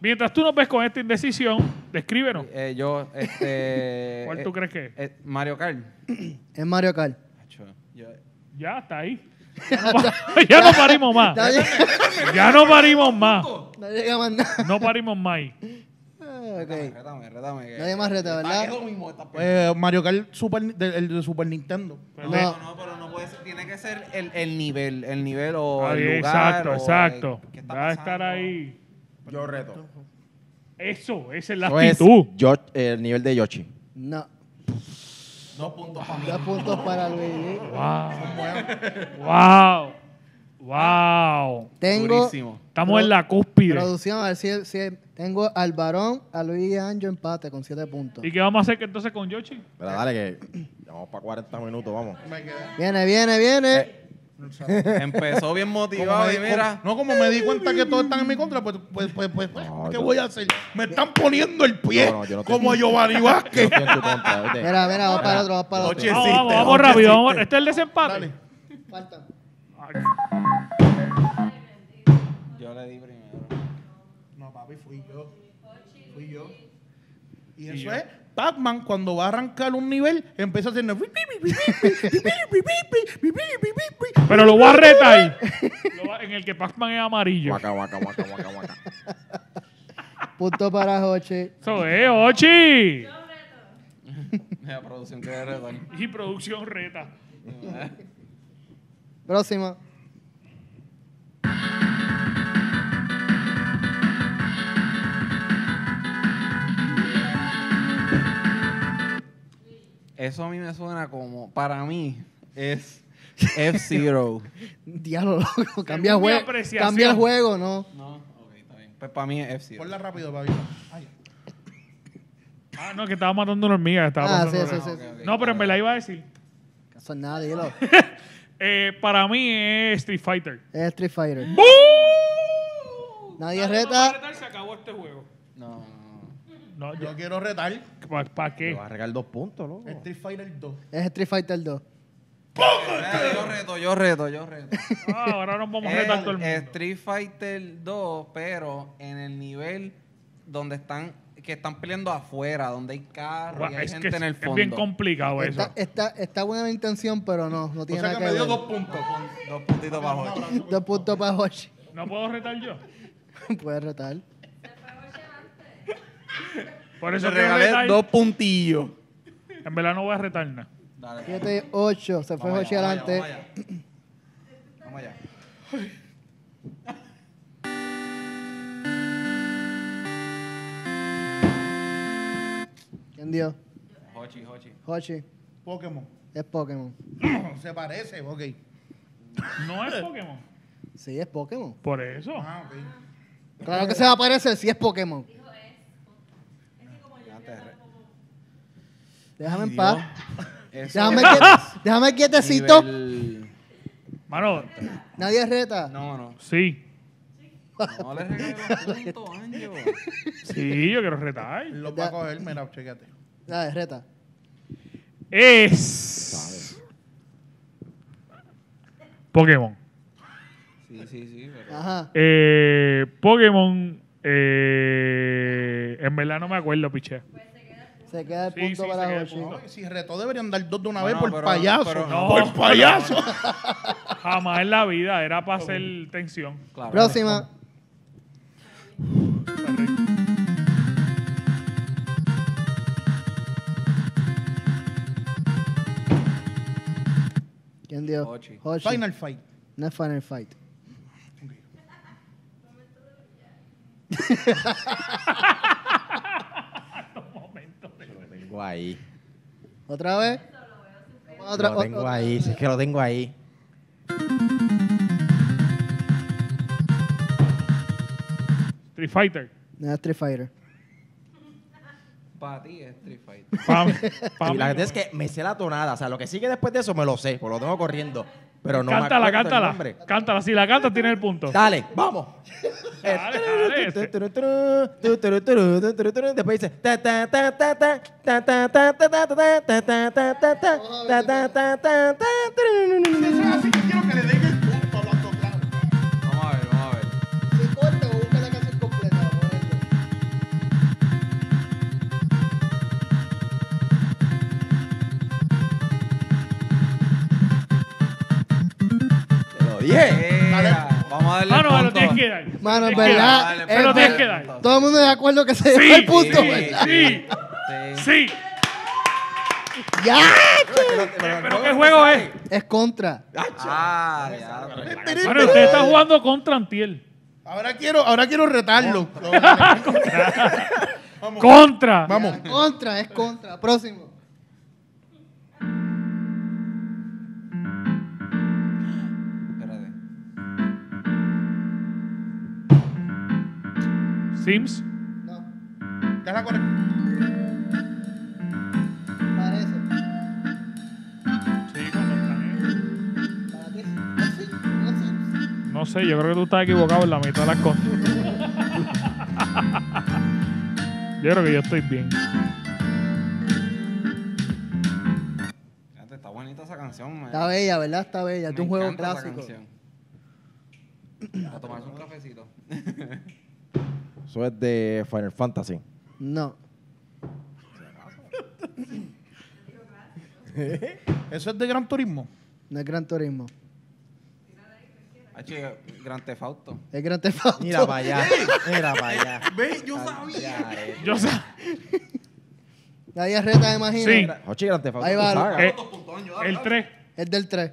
Speaker 4: Mientras tú nos ves con esta indecisión, descríbenos.
Speaker 5: Eh, yo, este.
Speaker 4: ¿Cuál
Speaker 5: eh,
Speaker 4: tú crees que es?
Speaker 5: eh, Mario Kart.
Speaker 2: Es Mario Kart.
Speaker 5: Acho, yo-
Speaker 4: Ya está ahí. *laughs* ya no parimos más.
Speaker 2: Nadie,
Speaker 4: Ya no parimos más.
Speaker 2: nadie llega más nada.
Speaker 4: No parimos más. ahí.
Speaker 2: Ah,
Speaker 5: Rétame,
Speaker 2: ok.
Speaker 5: rétame, rétame. que-
Speaker 2: Nadie más Pues, reta,
Speaker 5: Ah, Es
Speaker 2: ¿verdad?
Speaker 5: lo mismo esta p-
Speaker 1: Eh, Mario Kart Super, de, el de Super Nintendo.
Speaker 5: No,
Speaker 2: No.
Speaker 5: no, pero no puede ser. Tiene que ser el, el nivel, el nivel o
Speaker 4: Ahí,
Speaker 5: el lugar.
Speaker 4: exacto,
Speaker 5: o, eh,
Speaker 4: exacto.
Speaker 5: ¿qué está
Speaker 4: Va a estar
Speaker 5: pasando?
Speaker 4: ahí.
Speaker 3: Yo reto.
Speaker 4: Eso, esa es la
Speaker 3: Eso es
Speaker 4: actitud.
Speaker 3: Yo- Pues, el nivel de Yoshi.
Speaker 2: No.
Speaker 7: Dos puntos para mí.
Speaker 2: Dos puntos para Luigi.
Speaker 4: Wow. Wow. Wow.
Speaker 2: Tengo
Speaker 5: Durísimo.
Speaker 4: Estamos en la cúspide.
Speaker 2: producción, a ver si, si tengo al varón, a Luigi y a Anjo empate con siete puntos.
Speaker 4: ¿Y qué vamos a hacer que entonces con Yoshi?
Speaker 3: Pero dale que ya vamos para 40 minutos, vamos.
Speaker 1: Me quedé.
Speaker 2: Viene, viene, viene. *laughs*
Speaker 5: Empezó bien
Speaker 1: Como
Speaker 5: motivado
Speaker 1: me
Speaker 5: y
Speaker 1: di-
Speaker 5: mira.
Speaker 1: como- no, como me di cuenta que todos están en mi contra, pues, pues, pues, pues, pues,
Speaker 3: No,
Speaker 1: ¿qué
Speaker 3: yo-
Speaker 1: voy a hacer? Me están poniendo el pie
Speaker 3: No, no, yo no te-
Speaker 1: como a Giovanni Vázquez.
Speaker 3: Yo en tu contra, ¿viste?
Speaker 2: Mira, mira, vamos para otro, vamos para otro.
Speaker 7: Oye.
Speaker 4: Vamos,
Speaker 7: Existe,
Speaker 4: vamos,
Speaker 7: ¿no?
Speaker 4: vamos rápido.
Speaker 7: Existe.
Speaker 4: vamos- Este es el desempate.
Speaker 1: Dale.
Speaker 2: Faltan.
Speaker 4: Ay,
Speaker 5: Yo le di primero. *laughs*
Speaker 1: No, papi, fui yo. Fui yo. Y
Speaker 4: Y
Speaker 1: eso
Speaker 4: yo.
Speaker 1: es Pac-Man cuando va a arrancar un nivel, empieza a hacer Pero
Speaker 4: Pero lo voy a retar.
Speaker 5: *laughs*
Speaker 4: Lo va- en el que Pac-Man es amarillo.
Speaker 3: Guaca, guaca, guaca, guaca,
Speaker 4: *laughs*
Speaker 3: guaca.
Speaker 2: Punto para Hochi.
Speaker 4: Eso es, Ochi.
Speaker 5: La producción que de reto.
Speaker 4: Y producción reta.
Speaker 2: Próximo.
Speaker 5: Eso a mí me suena como, para mí, es F-Zero.
Speaker 2: Diablo, loco. Cambia el
Speaker 4: mi
Speaker 2: juego.
Speaker 4: apreciación.
Speaker 2: Cambia el juego, ¿no?
Speaker 5: no, ok, está bien. Pues para mí es F-Zero.
Speaker 1: Ponla rápido, papi. Ay.
Speaker 4: Ah, no, que estaba matando una hormiga. Estaba
Speaker 2: Ah, sí,
Speaker 4: pasando
Speaker 2: sí,
Speaker 4: por
Speaker 2: sí.
Speaker 4: ahí.
Speaker 2: sí.
Speaker 4: No, pero en verdad iba a decir.
Speaker 2: Eso es nada, dilo.
Speaker 4: eh, para mí es Street Fighter.
Speaker 2: Es Street Fighter. Nadie
Speaker 4: Nadie
Speaker 2: reta.
Speaker 4: va a retar, Se acabó este juego.
Speaker 5: No, no,
Speaker 4: No, yo,
Speaker 1: Yo quiero retar
Speaker 4: ¿Para qué?
Speaker 3: Le va a regalar dos puntos, loco.
Speaker 2: Este
Speaker 1: Street Fighter 2.
Speaker 2: Es Street Fighter 2.
Speaker 5: no. Yo reto, yo reto,
Speaker 4: *laughs*
Speaker 5: yo reto.
Speaker 4: Ah, ahora nos vamos a retar todo el
Speaker 5: El
Speaker 4: mundo.
Speaker 5: Street Fighter 2, pero en el nivel donde están que están peleando afuera, donde hay carros y
Speaker 4: Guau,
Speaker 5: hay
Speaker 4: es que
Speaker 5: gente
Speaker 4: es,
Speaker 5: en el
Speaker 4: es
Speaker 5: fondo.
Speaker 4: bien complicado eso.
Speaker 2: Está, está, está buena la intención, pero no, no
Speaker 1: O
Speaker 2: tiene
Speaker 1: sea que
Speaker 2: nada
Speaker 1: me
Speaker 2: que
Speaker 1: dio
Speaker 2: ver.
Speaker 1: dos
Speaker 2: Dos,
Speaker 1: puntos.
Speaker 5: Dos puntitos para Jorge.
Speaker 2: puntos para Hochi. *laughs*
Speaker 4: ¿No puedo retar yo?
Speaker 2: Puedes retar.
Speaker 4: Por
Speaker 5: Le
Speaker 4: eso quiero retar.
Speaker 5: regalé dos puntillos.
Speaker 4: En verdad no voy a retar nada.
Speaker 5: Dale.
Speaker 2: 7, 8. Se fue
Speaker 5: Vamos
Speaker 2: Hochi
Speaker 5: allá, vamos
Speaker 2: adelante.
Speaker 5: allá, Vamos allá.
Speaker 2: ¿Quién dio?
Speaker 5: Vamos allá. Hochi, Hochi.
Speaker 2: Hochi.
Speaker 1: Pokémon.
Speaker 2: Es Pokémon.
Speaker 1: *clears throat* Se parece, ok.
Speaker 4: No es Pokémon.
Speaker 2: Sí,
Speaker 4: *laughs*
Speaker 2: es Pokémon.
Speaker 4: Por eso.
Speaker 1: Ah, ok.
Speaker 2: Claro que se va a parecer si es Pokémon. Déjame en paz. *laughs*
Speaker 5: Eso
Speaker 2: Déjame,
Speaker 5: es
Speaker 2: quie-
Speaker 5: *laughs*
Speaker 2: déjame quietecito.
Speaker 5: nivel-
Speaker 4: Mano,
Speaker 2: Nadie reta.
Speaker 5: No, *laughs* no.
Speaker 4: sí.
Speaker 5: No le regalé dos puntos, Ángel.
Speaker 4: Sí, yo quiero retar.
Speaker 1: Los va a coger, mira, chécate.
Speaker 2: Nadie reta.
Speaker 4: Es. Pokémon.
Speaker 5: Sí, sí, sí. pero-
Speaker 2: Ajá.
Speaker 4: Eh, Pokémon. eh, en verdad no me acuerdo, piché.
Speaker 2: Se queda el
Speaker 4: Sí,
Speaker 2: punto
Speaker 4: sí, se queda
Speaker 2: para
Speaker 4: el
Speaker 2: Hochi.
Speaker 4: punto.
Speaker 1: Ay, Si retó, deberían dar dos de una
Speaker 5: Bueno,
Speaker 1: vez por
Speaker 5: pero-
Speaker 1: payaso.
Speaker 5: pero-
Speaker 4: No.
Speaker 1: ¡Por payaso!
Speaker 4: Jamás en la vida, era para hacer tensión.
Speaker 5: Claro.
Speaker 2: Próxima. ¿Quién dio?
Speaker 5: Hochi.
Speaker 2: Hochi.
Speaker 1: Final Fight.
Speaker 2: No es Final Fight.
Speaker 3: Lo tengo ahí.
Speaker 2: ¿Otra vez? Vamos a otra-
Speaker 3: lo tengo
Speaker 2: o- o-
Speaker 3: ahí. Si es que lo tengo ahí.
Speaker 4: Street Fighter.
Speaker 2: No es Street Fighter.
Speaker 5: Para ti es Street Fighter.
Speaker 4: Pa- pa-
Speaker 3: Y la verdad es que me sé la tonada. O sea, lo que sigue después de eso me lo sé, porque lo tengo corriendo. Pero no me acuerdo
Speaker 4: cántala,
Speaker 3: el
Speaker 4: cántala.
Speaker 3: nombre.
Speaker 4: Cántala, si la cantas tienes el punto.
Speaker 3: Dale, vamos.
Speaker 4: Dale, dale, este.
Speaker 3: Después dice. ta, ta, ta, ta, ta, ta, ta, ta, ta, ta, ta, ta, ta, ta, ta, ta, ta, ta, ta, ta, ta,
Speaker 1: Eso es
Speaker 3: ta.
Speaker 1: así que quiero que le den el punto hablando claro.
Speaker 5: Vamos a ver, vamos a ver.
Speaker 2: Si corta, busca la canción completa.
Speaker 3: Te lo dije.
Speaker 5: Ea, Vamos a darle
Speaker 4: Mano, Ah, me lo
Speaker 5: el punto.
Speaker 4: tienes que dar.
Speaker 2: Mano,
Speaker 4: Tienes
Speaker 2: en
Speaker 4: que
Speaker 2: verdad,
Speaker 4: dar.
Speaker 5: Dale,
Speaker 4: Me lo
Speaker 2: en
Speaker 5: eh,
Speaker 4: tienes que
Speaker 2: verdad.
Speaker 4: dar.
Speaker 2: Todo el mundo de acuerdo que se llevó
Speaker 4: Sí,
Speaker 2: el punto.
Speaker 4: sí.
Speaker 2: ¿verdad?
Speaker 4: Sí,
Speaker 5: Sí.
Speaker 4: sí.
Speaker 2: ¡Ya!
Speaker 4: Pero qué juego es.
Speaker 2: Es contra.
Speaker 5: Ah, ya.
Speaker 4: Bueno, usted está jugando contra Antiel.
Speaker 1: Ahora quiero, ahora quiero *laughs* retarlo.
Speaker 4: Contra.
Speaker 1: Vamos.
Speaker 2: Contra, es contra. Próximo.
Speaker 5: Espérate.
Speaker 4: Sims.
Speaker 2: No,
Speaker 1: Ya la corre-
Speaker 2: parece.
Speaker 4: Sí, con Montaner.
Speaker 2: Para ti. Sí, no sé.
Speaker 4: No sé, yo creo que tú estás equivocado en la mitad de las cosas. yo creo que yo estoy bien.
Speaker 5: Fíjate, Está bonita esa canción, man.
Speaker 2: Está bella, ¿verdad? Está bella. Es de un juego clásico.
Speaker 5: A tomarse un cafecito.
Speaker 3: Eso es de Final Fantasy.
Speaker 2: No.
Speaker 1: Eso es de Gran Turismo.
Speaker 2: No es Gran Turismo.
Speaker 5: Hacho, Gran Tefauto.
Speaker 2: Es Gran Theft Auto.
Speaker 3: Mira para allá. Mira para allá.
Speaker 1: Ve, yo sabía.
Speaker 4: Yo sé.
Speaker 2: *laughs* Nadie reta, me imagino.
Speaker 4: Sí.
Speaker 3: Oye, grande Theft Auto,
Speaker 2: Ahí va.
Speaker 3: tú sabes.
Speaker 4: Eh,
Speaker 5: Ah,
Speaker 4: el 3.
Speaker 2: Es del 3.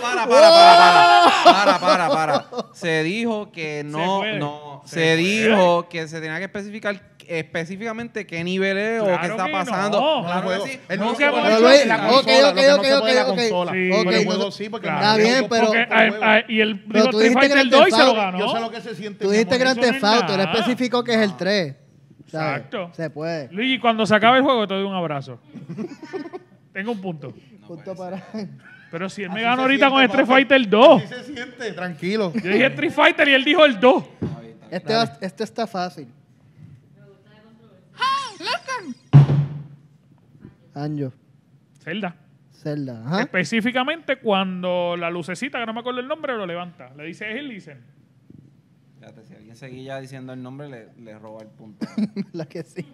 Speaker 5: Para, para, para, para, para, para, para. Se dijo que no,
Speaker 4: puede.
Speaker 5: no,
Speaker 4: Se
Speaker 5: se,
Speaker 4: puede.
Speaker 5: dijo que se tenía que especificar específicamente qué nivel es o
Speaker 4: Claro
Speaker 5: qué está
Speaker 4: que
Speaker 5: pasando.
Speaker 4: no.
Speaker 5: Claro
Speaker 1: juego.
Speaker 5: que sí.
Speaker 1: El
Speaker 4: No
Speaker 1: juego
Speaker 4: se
Speaker 1: puede
Speaker 4: puede.
Speaker 1: en la
Speaker 4: Ok,
Speaker 1: consola,
Speaker 2: ok,
Speaker 1: lo que no
Speaker 2: ok,
Speaker 1: se puede en la
Speaker 2: ok,
Speaker 1: consola.
Speaker 4: ok.
Speaker 1: Pero el
Speaker 2: Sí.
Speaker 1: juego sí, porque
Speaker 4: Claro.
Speaker 1: me
Speaker 4: Está
Speaker 1: dio
Speaker 2: bien,
Speaker 1: dos
Speaker 2: pero-
Speaker 1: puntos
Speaker 4: Porque,
Speaker 1: por
Speaker 4: ah,
Speaker 1: juego.
Speaker 4: ah, y el
Speaker 2: Pero
Speaker 4: digo,
Speaker 2: tú
Speaker 4: Street
Speaker 2: dijiste
Speaker 4: Fighter
Speaker 2: Grand
Speaker 4: 2 y se lo
Speaker 2: Theft Auto.
Speaker 4: ganó.
Speaker 1: Yo sé lo que se siente.
Speaker 2: Tú
Speaker 1: mi
Speaker 2: dijiste
Speaker 1: amor.
Speaker 2: Grand
Speaker 4: eso no es
Speaker 2: Theft Auto. Él
Speaker 4: nada.
Speaker 2: especificó que es el 3. ¿sabes?
Speaker 4: Exacto.
Speaker 2: Se puede.
Speaker 4: Luigi, cuando se acabe el juego te doy un abrazo. Tengo un punto.
Speaker 2: Punto
Speaker 4: *laughs*
Speaker 2: para.
Speaker 4: Pero si él me
Speaker 1: Así
Speaker 4: gana
Speaker 1: se
Speaker 4: ahorita
Speaker 1: siente,
Speaker 4: con Street
Speaker 1: papá.
Speaker 4: Fighter 2.
Speaker 1: Así se siente, tranquilo.
Speaker 4: Yo dije Street Fighter y él dijo el 2.
Speaker 2: Este, va- este está fácil. Anjo,
Speaker 4: Zelda.
Speaker 2: Zelda. Ajá. *laughs*
Speaker 4: Específicamente cuando la lucecita, que no me acuerdo el nombre, lo levanta. Le dice él, dicen.
Speaker 5: Fíjate, si alguien seguía diciendo el nombre, le, le roba el punto.
Speaker 2: La que sí.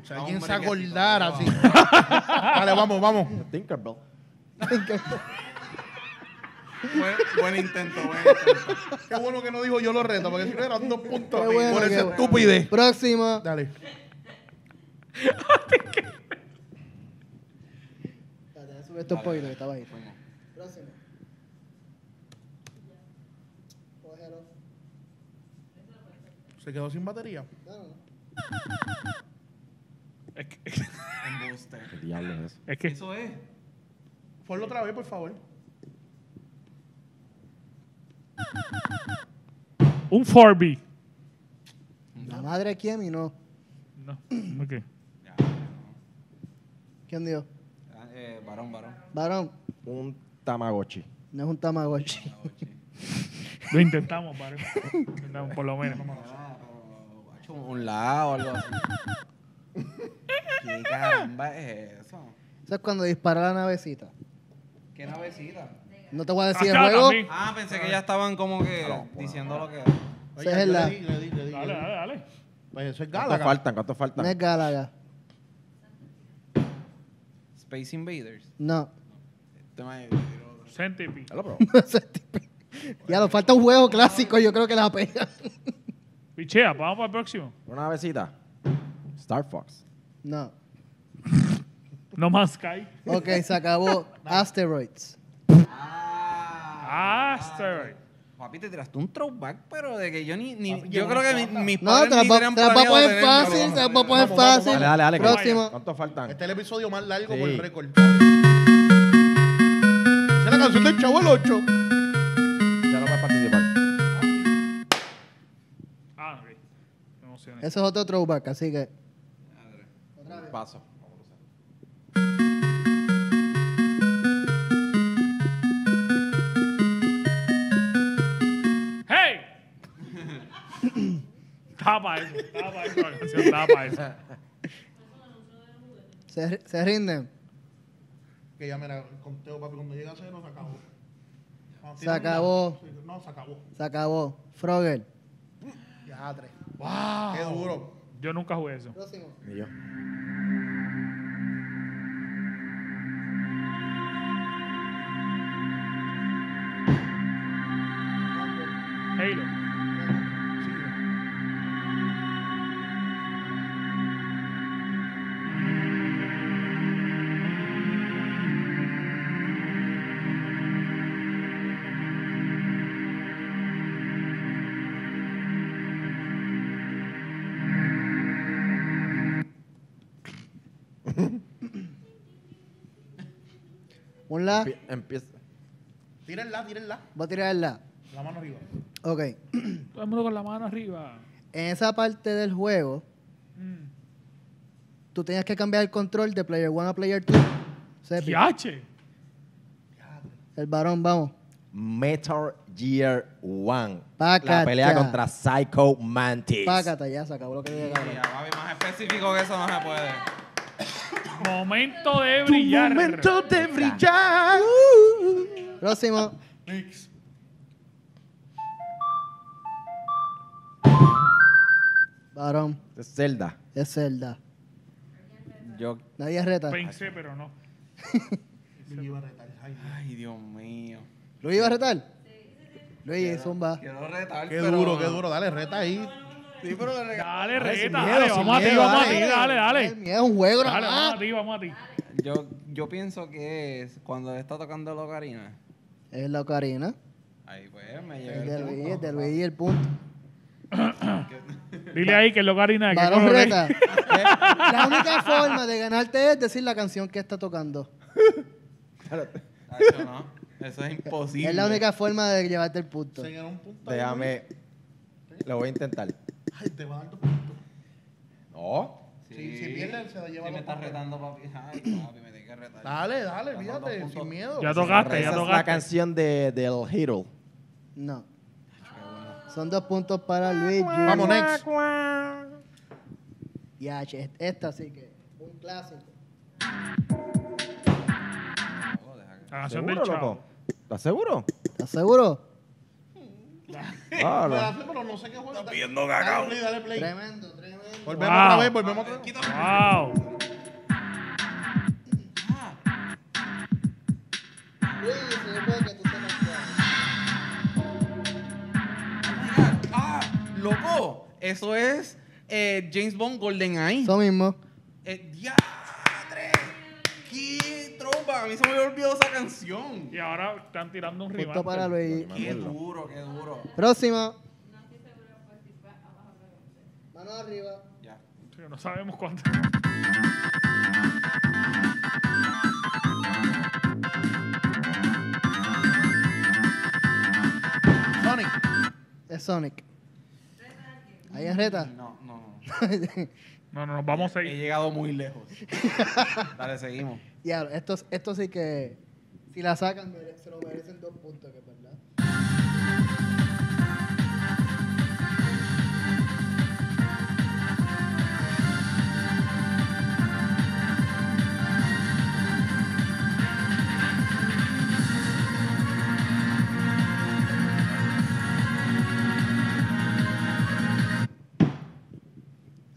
Speaker 1: O sea, alguien se acordara así. Dale, vamos, vamos.
Speaker 3: Tinkerbell.
Speaker 7: Buen, buen intento, buen intento.
Speaker 1: Qué bueno que no dijo yo lo reto, porque si no eran dos puntos
Speaker 2: Qué bueno,
Speaker 1: por
Speaker 2: qué
Speaker 1: esa
Speaker 2: bueno.
Speaker 1: estupidez.
Speaker 2: Próximo.
Speaker 1: Dale.
Speaker 2: Espérate, voy a subir estos poquitos que estaba ahí. Próximo. Cógelo.
Speaker 1: Se quedó sin batería.
Speaker 2: No, no, no.
Speaker 4: Es que,
Speaker 7: Embuste.
Speaker 3: ¿Qué diablo es eso?
Speaker 4: es que
Speaker 7: Eso es.
Speaker 1: Ponlo otra vez, por favor.
Speaker 4: un 4B.
Speaker 2: La madre de Kiemi no.
Speaker 4: No. ok.
Speaker 2: ¿Quién dio?
Speaker 5: Ah, eh, varón, varón.
Speaker 2: Varón,
Speaker 3: Un Tamagotchi.
Speaker 2: no es un Tamagotchi. *laughs*
Speaker 4: Lo intentamos, padre. Lo intentamos, por lo menos.
Speaker 5: Ah, pero, macho, un lado o algo así. ¿Qué caramba es eso?
Speaker 2: Eso es cuando dispara la navecita.
Speaker 5: ¿Qué navecita?
Speaker 2: No te voy a decir el
Speaker 4: Acá
Speaker 2: juego.
Speaker 4: también.
Speaker 5: Ah, pensé que ya estaban como que diciendo lo que
Speaker 2: Esa es
Speaker 1: yo
Speaker 2: la-
Speaker 1: le di, le di, le di,
Speaker 4: Dale,
Speaker 1: le di.
Speaker 4: dale, dale.
Speaker 1: Pues eso es
Speaker 3: ¿Cuántos
Speaker 1: Galaga.
Speaker 3: faltan? ¿Cuántos
Speaker 2: No
Speaker 3: faltan?
Speaker 2: es Galaga.
Speaker 5: Space Invaders.
Speaker 2: No. *laughs*
Speaker 4: Centipede.
Speaker 3: Hello, bro.
Speaker 2: Ese tipo- ya nos falta un juego clásico, yo creo que la pega. *laughs*
Speaker 4: Pichea, vamos para el próximo.
Speaker 3: Una besita. Star Fox.
Speaker 2: No.
Speaker 4: No más Sky.
Speaker 2: Ok, se acabó. Asteroids.
Speaker 4: Ah, Asteroid.
Speaker 5: Papi, te tiraste un throwback, pero de que yo ni. ni-
Speaker 1: Papi,
Speaker 5: yo
Speaker 1: llegó
Speaker 5: creo que
Speaker 1: una
Speaker 5: mi-
Speaker 1: cuanta.
Speaker 5: mis
Speaker 2: No,
Speaker 5: padres
Speaker 2: te la
Speaker 5: ni
Speaker 2: va-
Speaker 5: tenían
Speaker 2: te la va a
Speaker 5: planeado
Speaker 2: poner
Speaker 5: tenerlo.
Speaker 2: fácil, te la va a poner
Speaker 1: Vamos, vamos,
Speaker 2: fácil.
Speaker 3: Dale, dale, dale. que-
Speaker 2: Próximo.
Speaker 3: ¿Cuántos faltan?
Speaker 1: Este es el episodio más largo
Speaker 3: Sí.
Speaker 1: por el récord. Esa es la canción del Chavo el 8.
Speaker 3: Ya no va a participar.
Speaker 4: Ah, ok. Me emocioné.
Speaker 2: Eso es otro throwback, así que.
Speaker 3: Paso.
Speaker 4: ¡Hey! tapa eso, tapa eso, la canción, tapa eso.
Speaker 2: ¿Se, se rinden?
Speaker 1: Que ya, mira, el conteo, papi, cuando llega a cero, se acabó. Cuando
Speaker 2: Se
Speaker 1: tira un
Speaker 2: acabó.
Speaker 1: lado, sí, No, se acabó.
Speaker 2: Se acabó. Frogger.
Speaker 1: Ya, tres. Qué duro.
Speaker 4: Yo nunca jugué eso.
Speaker 2: Próximo.
Speaker 3: Y yo.
Speaker 4: Halo.
Speaker 2: Un
Speaker 1: Ah.
Speaker 2: la.
Speaker 3: Empie- Empieza.
Speaker 1: Tírenla, tírenla.
Speaker 2: Voy a tirar el la.
Speaker 1: La mano arriba.
Speaker 2: Ok.
Speaker 4: Todo el mundo con la mano arriba.
Speaker 2: En esa parte del juego,
Speaker 4: Mm.
Speaker 2: tú tenías que cambiar el control de Player 1 a Player 2. Sepi.
Speaker 4: ¡Yache!
Speaker 2: El varón, vamos.
Speaker 3: Metal Gear 1.
Speaker 2: Pacacha.
Speaker 3: La pelea contra Psycho Mantis.
Speaker 2: Pácata, ya se acabó lo que tenía que hablar.
Speaker 5: Ya, papi, más específico que eso no se puede.
Speaker 4: Momento de brillar.
Speaker 1: de brillar.
Speaker 2: Próximo.
Speaker 1: Mix.
Speaker 2: Varón.
Speaker 3: De Este Zelda.
Speaker 2: Es Zelda.
Speaker 5: Yo.
Speaker 2: Nadie reta.
Speaker 4: Pensé, pero no.
Speaker 1: Me iba a retar. Ay, no.
Speaker 5: Ay, Dios mío.
Speaker 2: ¿Luis iba a retar? Luis, zumba.
Speaker 5: Quiero retar.
Speaker 1: Qué
Speaker 5: pero-
Speaker 1: duro, qué duro. Dale, reta ahí.
Speaker 5: Sí, pero le regalé.
Speaker 4: Dale,
Speaker 3: Dale, sin
Speaker 4: reta,
Speaker 3: miedo,
Speaker 4: dale,
Speaker 3: sin
Speaker 4: vamos a ti,
Speaker 3: miedo,
Speaker 4: vamos a ti,
Speaker 3: dale. ah.
Speaker 4: dale,
Speaker 2: Ay,
Speaker 4: dale.
Speaker 2: mía, Es un juego,
Speaker 4: Dale,
Speaker 2: nada
Speaker 4: vamos a
Speaker 2: más.
Speaker 4: ti, vamos a ti.
Speaker 5: Yo, yo pienso que es cuando está tocando la ocarina.
Speaker 2: Es la ocarina.
Speaker 5: Ahí pues me llega
Speaker 2: Es
Speaker 5: el
Speaker 2: de
Speaker 5: punto.
Speaker 2: Luis, es de Luis y el punto.
Speaker 4: Dile ahí que es Locarina. Ah, que
Speaker 2: Varón
Speaker 4: color es. *laughs*
Speaker 2: reta. La única forma de ganarte es decir la canción que está tocando.
Speaker 5: Ah, Eso no. Eso es imposible.
Speaker 2: Es la única forma de llevarte el punto.
Speaker 1: Señor, un punto.
Speaker 3: Déjame. Lo voy a intentar.
Speaker 1: Ay, te va a dar dos puntos.
Speaker 3: No.
Speaker 1: Si, si pierden, se la lleva
Speaker 5: Si me
Speaker 1: los
Speaker 5: estás
Speaker 1: pobres.
Speaker 5: retando, papi. Ay, papi, me tienes que retar.
Speaker 1: Dale, dale,
Speaker 5: Están los
Speaker 1: fíjate,
Speaker 5: dos
Speaker 1: sin
Speaker 5: puntos.
Speaker 1: miedo.
Speaker 4: Ya tocaste,
Speaker 3: Esa
Speaker 4: ya
Speaker 3: es la
Speaker 4: tocaste.
Speaker 3: canción de, del Hero.
Speaker 2: No. Son dos puntos para Luigi.
Speaker 1: Vamos, next.
Speaker 2: Ya, che, esta sí que. Un clásico.
Speaker 4: La canción del
Speaker 3: ¿Seguro,
Speaker 4: chavo.
Speaker 3: loco? ¿Estás seguro?
Speaker 2: ¿Estás seguro?
Speaker 3: Ah,
Speaker 1: Me
Speaker 3: no.
Speaker 1: la hace, pero no sé qué juego. Está viendo cacao. Dale play, dale play.
Speaker 2: Tremendo, Ah. tremendo.
Speaker 1: Volvemos
Speaker 4: Wow.
Speaker 1: otra vez, volvemos otra vez.
Speaker 4: Wow.
Speaker 2: Luigi, si yo puedo que tú sepas cuál.
Speaker 5: ¡Ah! ¡Loco! Eso es eh, James Bond Golden Eye.
Speaker 2: Eso mismo.
Speaker 5: Eh, ¡Diadre! ¡Qué trompa! A mí se me había olvidado esa canción.
Speaker 4: Y ahora están tirando un rival.
Speaker 2: Punto para Luigi.
Speaker 5: ¡Qué duro, qué duro!
Speaker 2: Próximo. Mano arriba.
Speaker 5: Ya.
Speaker 4: No sabemos cuánto.
Speaker 1: Sonic.
Speaker 2: Es Sonic. Ahí es reta.
Speaker 5: No, no, no.
Speaker 4: No, no, nos vamos a
Speaker 5: He
Speaker 4: ir.
Speaker 5: llegado muy lejos. Dale, seguimos.
Speaker 2: *laughs* Ya, esto, esto sí que. Si la sacan, mere- se lo merecen dos puntos, que es verdad.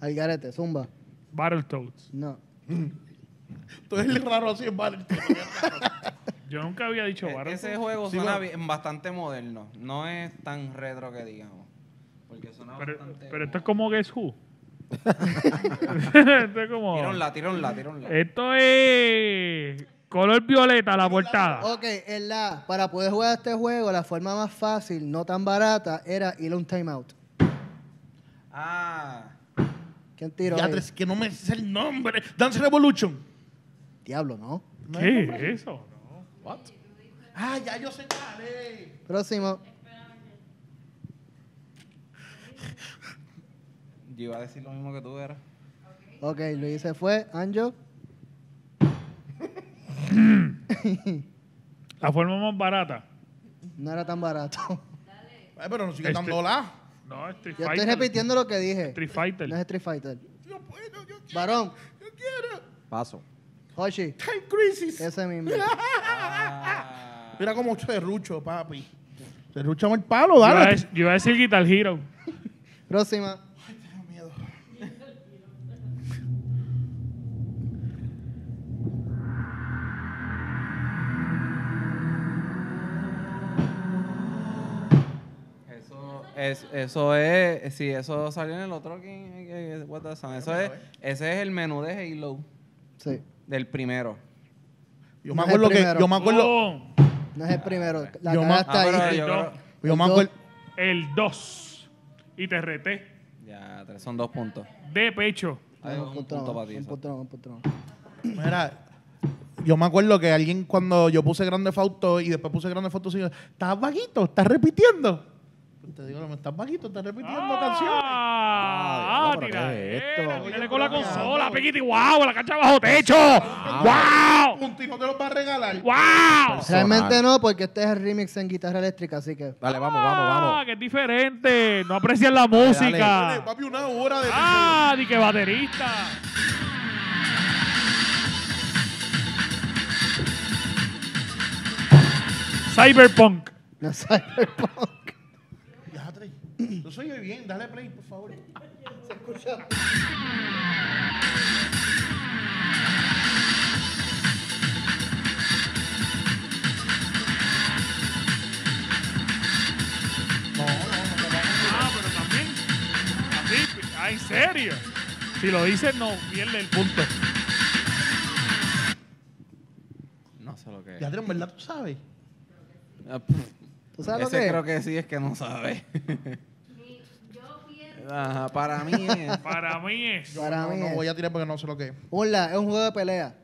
Speaker 2: Algarete, zumba.
Speaker 4: Battletoads.
Speaker 2: No.
Speaker 1: Tú eres raro así en Valentine.
Speaker 4: Yo nunca había dicho
Speaker 5: E-
Speaker 4: Battletoads.
Speaker 5: ese juego
Speaker 1: Sí,
Speaker 5: suena
Speaker 1: bueno.
Speaker 5: bien- bastante moderno. No es tan retro que digamos. Porque suena
Speaker 4: Pero,
Speaker 5: bastante.
Speaker 4: pero esto es como Guess
Speaker 5: *laughs*
Speaker 4: Who. esto es como. Eh,
Speaker 5: Tíronla, tíronla, tíronla.
Speaker 4: Esto es. Color violeta la portada.
Speaker 2: Ok, en la, para poder jugar este juego, la forma más fácil, no tan barata, era ir a un timeout.
Speaker 5: Ah.
Speaker 2: ¿Quién tiró? ahí?
Speaker 1: Ya, tres, que no me sé el nombre. Dance Revolution.
Speaker 2: Diablo, ¿no?
Speaker 1: No hay
Speaker 4: ¿Qué
Speaker 1: nombre.
Speaker 4: es eso?
Speaker 1: Ah, ya yo sé cuál es.
Speaker 2: Próximo.
Speaker 5: Yo iba a decir lo mismo que tú eras.
Speaker 2: Ok, Luis se fue. Anjo.
Speaker 4: La forma más barata.
Speaker 2: No era tan barato. *laughs*
Speaker 1: Ay, pero no sigue
Speaker 4: Este-
Speaker 1: dando la.
Speaker 4: No, Street
Speaker 2: Yo
Speaker 4: Fighter.
Speaker 2: estoy repitiendo lo que dije.
Speaker 4: Street Fighter.
Speaker 2: No es Street Fighter.
Speaker 1: Yo puedo, yo quiero.
Speaker 2: Varón,
Speaker 1: Yo quiero.
Speaker 3: Paso.
Speaker 2: Hoshi,
Speaker 1: Time Crisis.
Speaker 2: ese mismo.
Speaker 5: Ah.
Speaker 1: Mira cómo serrucho, papi. Serruchamos el palo,
Speaker 4: Yo iba, a,
Speaker 1: dale.
Speaker 4: dec- yo iba a decir Guitar Hero.
Speaker 2: Próxima.
Speaker 5: Eso es, eso es, sí, eso salió en el otro que- que- que- What the Sun. Eso es, ese es el menú de Halo,
Speaker 2: Sí,
Speaker 5: del primero.
Speaker 1: Yo
Speaker 2: No
Speaker 1: me
Speaker 2: es
Speaker 1: acuerdo
Speaker 2: el
Speaker 1: que.
Speaker 2: primero.
Speaker 1: Yo me acuerdo.
Speaker 4: Oh,
Speaker 2: no es el primero. La
Speaker 1: Yo
Speaker 2: cara
Speaker 1: ma-
Speaker 2: está
Speaker 5: Ah, pero
Speaker 2: ahí.
Speaker 5: yo creo-
Speaker 1: Yo me
Speaker 2: El
Speaker 1: acuerdo.
Speaker 4: el 2. Y te reté.
Speaker 5: ya, tres- son dos puntos.
Speaker 4: De pecho.
Speaker 5: Hay
Speaker 2: No,
Speaker 5: un punto
Speaker 2: no,
Speaker 5: para ti,
Speaker 2: Un
Speaker 5: eso.
Speaker 2: punto, no, un punto. no.
Speaker 1: Mira. Yo me acuerdo que alguien cuando yo puse Grande Fauto y después puse Grande Fauto, señor, estás vaguito, estás repitiendo. Pues Te digo, no, estás vaguito, estás repitiendo canciones.
Speaker 4: Ah,
Speaker 3: Ah, diablo,
Speaker 4: tira.
Speaker 3: pero ¿qué es esto?
Speaker 4: Tira, tírale con la
Speaker 1: Oye, pero
Speaker 4: consola,
Speaker 1: mira.
Speaker 4: piquiti, wow, la cancha bajo techo. Wow.
Speaker 1: Punto y no te los va a regalar.
Speaker 4: Wow.
Speaker 2: Realmente no, porque este es el remix en guitarra eléctrica, así que.
Speaker 3: Dale, vamos, vamos,
Speaker 4: Ah,
Speaker 3: vamos.
Speaker 4: que es diferente. No aprecian la
Speaker 1: Dale,
Speaker 4: música.
Speaker 1: papi, una hora de.
Speaker 4: Ah, di que baterista. Cyberpunk.
Speaker 2: No *laughs* Cyberpunk.
Speaker 1: Ya, Trey, Yo soy yo bien, dale play, por favor.
Speaker 4: Ah, pero también. Así, ah, en serio. Si lo dices, no pierde el punto.
Speaker 5: No sé lo que es.
Speaker 1: Ya, Trey, en verdad tú sabes.
Speaker 5: Ah, pff.
Speaker 2: ¿Tú sabes lo
Speaker 5: ese
Speaker 2: que es?
Speaker 5: creo que sí es que no sabe. Ajá, para mí es.
Speaker 4: Para mí es.
Speaker 2: Para
Speaker 1: no,
Speaker 2: mí.
Speaker 1: no
Speaker 2: es-
Speaker 1: voy a tirar porque no sé lo que es.
Speaker 2: Hola, es un juego de pelea.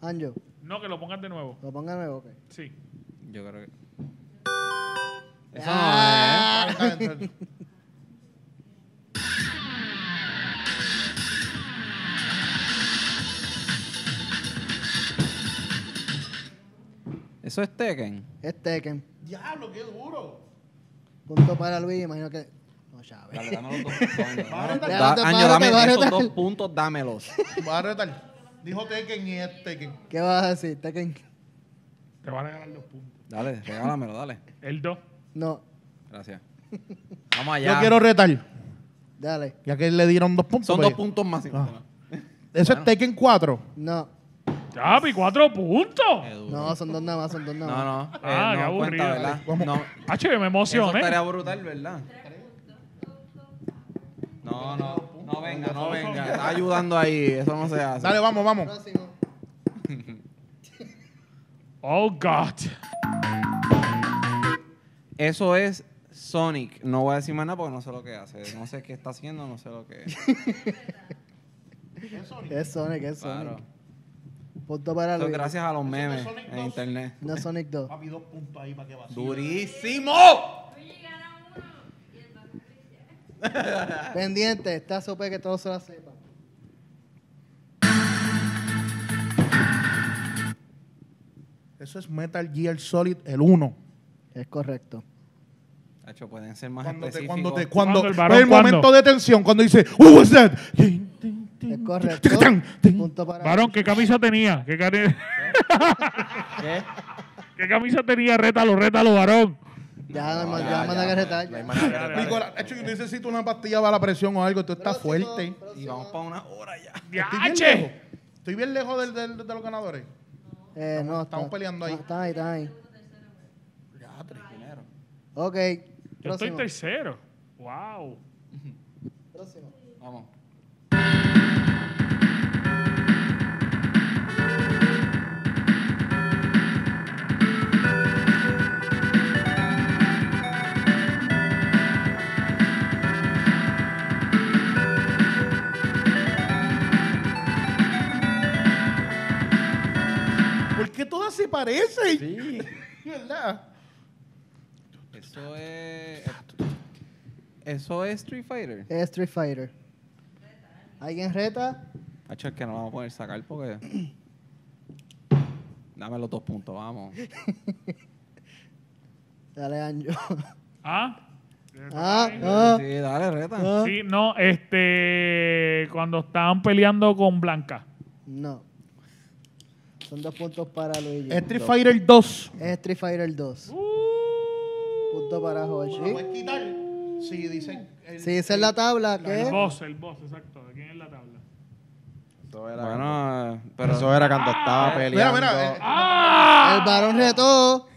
Speaker 2: Anjo,
Speaker 4: No, que lo pongas de nuevo.
Speaker 2: lo ponga nuevo, ok.
Speaker 4: Sí.
Speaker 5: Yo creo que. Ah. ¿eh?
Speaker 1: Ah, está bien, está bien.
Speaker 5: Eso es Tekken.
Speaker 2: Es Tekken.
Speaker 1: *laughs* Diablo, qué duro.
Speaker 2: Punto para Luis, imagino que. No, Chávez.
Speaker 5: Dale, dame los dos *laughs* puntos.
Speaker 1: Barra
Speaker 5: Da-
Speaker 1: tal.
Speaker 2: Barra tal,
Speaker 5: Año, dame
Speaker 2: barra tal,
Speaker 5: esos
Speaker 2: barra
Speaker 5: dos
Speaker 2: tal.
Speaker 5: puntos, dámelos.
Speaker 1: Barra tal. Dijo Tekken y es Tekken.
Speaker 2: ¿Qué vas a decir? Tekken.
Speaker 4: Te van a ganar los puntos.
Speaker 5: Dale, regálamelo, dale.
Speaker 4: El 2.
Speaker 2: No,
Speaker 5: Gracias. Vamos allá.
Speaker 1: Yo quiero retar.
Speaker 2: dale.
Speaker 1: Ya que le dieron dos puntos.
Speaker 5: Son
Speaker 1: pues,
Speaker 5: dos puntos más.
Speaker 1: Eso es Tekken 4.
Speaker 2: No,
Speaker 4: Chapi, cuatro puntos.
Speaker 2: no, son dos nada más, son dos nada más.
Speaker 5: No, no. eh,
Speaker 4: Ah, qué
Speaker 5: no
Speaker 4: aburrido.
Speaker 5: cuenta, ¿verdad?
Speaker 1: Vamos.
Speaker 5: No,
Speaker 4: H, yo me
Speaker 5: eso estaría
Speaker 4: emocioné.
Speaker 5: brutal, ¿verdad? No, no, no venga, no venga. Está ayudando ahí, eso no se hace.
Speaker 1: Dale, vamos, vamos.
Speaker 2: Próximo.
Speaker 4: Oh, God.
Speaker 5: Eso es Sonic. No voy a decir más nada porque no sé lo que hace. No sé qué está haciendo, no sé lo que es.
Speaker 2: Es Sonic, es Sonic.
Speaker 5: Claro.
Speaker 2: Punto para
Speaker 5: Eso
Speaker 2: Luis.
Speaker 5: gracias a los memes
Speaker 1: Sonic
Speaker 5: en
Speaker 1: dos.
Speaker 5: internet.
Speaker 2: No es Sonic 2.
Speaker 1: Papi, dos puntos ahí para que vacíe.
Speaker 5: ¡Durísimo!
Speaker 2: Pendiente, está sope que todos se la sepan.
Speaker 1: Eso es Metal Gear Solid, el 1.
Speaker 2: Es correcto.
Speaker 5: Hacho, pueden ser más
Speaker 1: Cuando te,
Speaker 5: específicos.
Speaker 1: cuando te,
Speaker 4: ¿Cuándo,
Speaker 1: cuando,
Speaker 4: el varón,
Speaker 1: el
Speaker 4: cuándo?
Speaker 1: momento de tensión, cuando dice, Who was that?
Speaker 2: Es correcto. Punto para
Speaker 4: Varón, ¿qué camisa tenía? ¿Qué, cari-
Speaker 3: ¿Qué?
Speaker 4: *laughs* ¿Qué camisa tenía? Rétalo, rétalo, varón.
Speaker 2: Ya, no, ya, manda que retar.
Speaker 1: Nicolás, hecho, yo necesito una pastilla para la presión o algo, tú estás
Speaker 2: Próximo,
Speaker 1: fuerte.
Speaker 2: próximo.
Speaker 5: Y vamos para una hora ya.
Speaker 1: Estoy bien lejos.
Speaker 4: ¡Diache!
Speaker 1: Estoy bien lejos del, del- de los ganadores.
Speaker 2: Eh, no,
Speaker 1: estamos
Speaker 2: está-
Speaker 1: peleando ahí.
Speaker 2: no, Está ahí, está ahí.
Speaker 5: Primero.
Speaker 2: Ok.
Speaker 4: Yo estoy
Speaker 2: próximo.
Speaker 4: tercero. Wow.
Speaker 2: Próximo.
Speaker 5: Vamos.
Speaker 1: ¿Por qué todas se parecen? Sí. *laughs* ¿Verdad?
Speaker 5: Eso es. Eso es Street Fighter.
Speaker 2: Es Street Fighter. ¿Alguien reta?
Speaker 5: Hacho, es que no lo vamos a poder sacar porque. Dame los dos puntos, vamos.
Speaker 2: Dale, *laughs* Anjo.
Speaker 4: ¿Ah?
Speaker 2: ah, ah.
Speaker 5: Sí, dale, reta.
Speaker 4: Sí, no, este. Cuando estaban peleando con Blanca.
Speaker 2: No. Son dos puntos para Luigi. Es
Speaker 1: Street Fighter 2.
Speaker 2: Street Fighter 2. Punto para
Speaker 1: Lo voy
Speaker 2: Hoshi.
Speaker 1: a quitar. Sí, dicen. el-
Speaker 2: Si dice en la
Speaker 4: Ah,
Speaker 2: tabla,
Speaker 4: El
Speaker 2: ¿qué?
Speaker 4: boss, el boss, exacto. ¿De quién es la tabla?
Speaker 3: Eso era,
Speaker 5: Bueno, eh, pero.
Speaker 3: pero eso era cuando estaba
Speaker 1: Mira,
Speaker 3: peleando.
Speaker 1: mira. eh,
Speaker 2: El varón retó.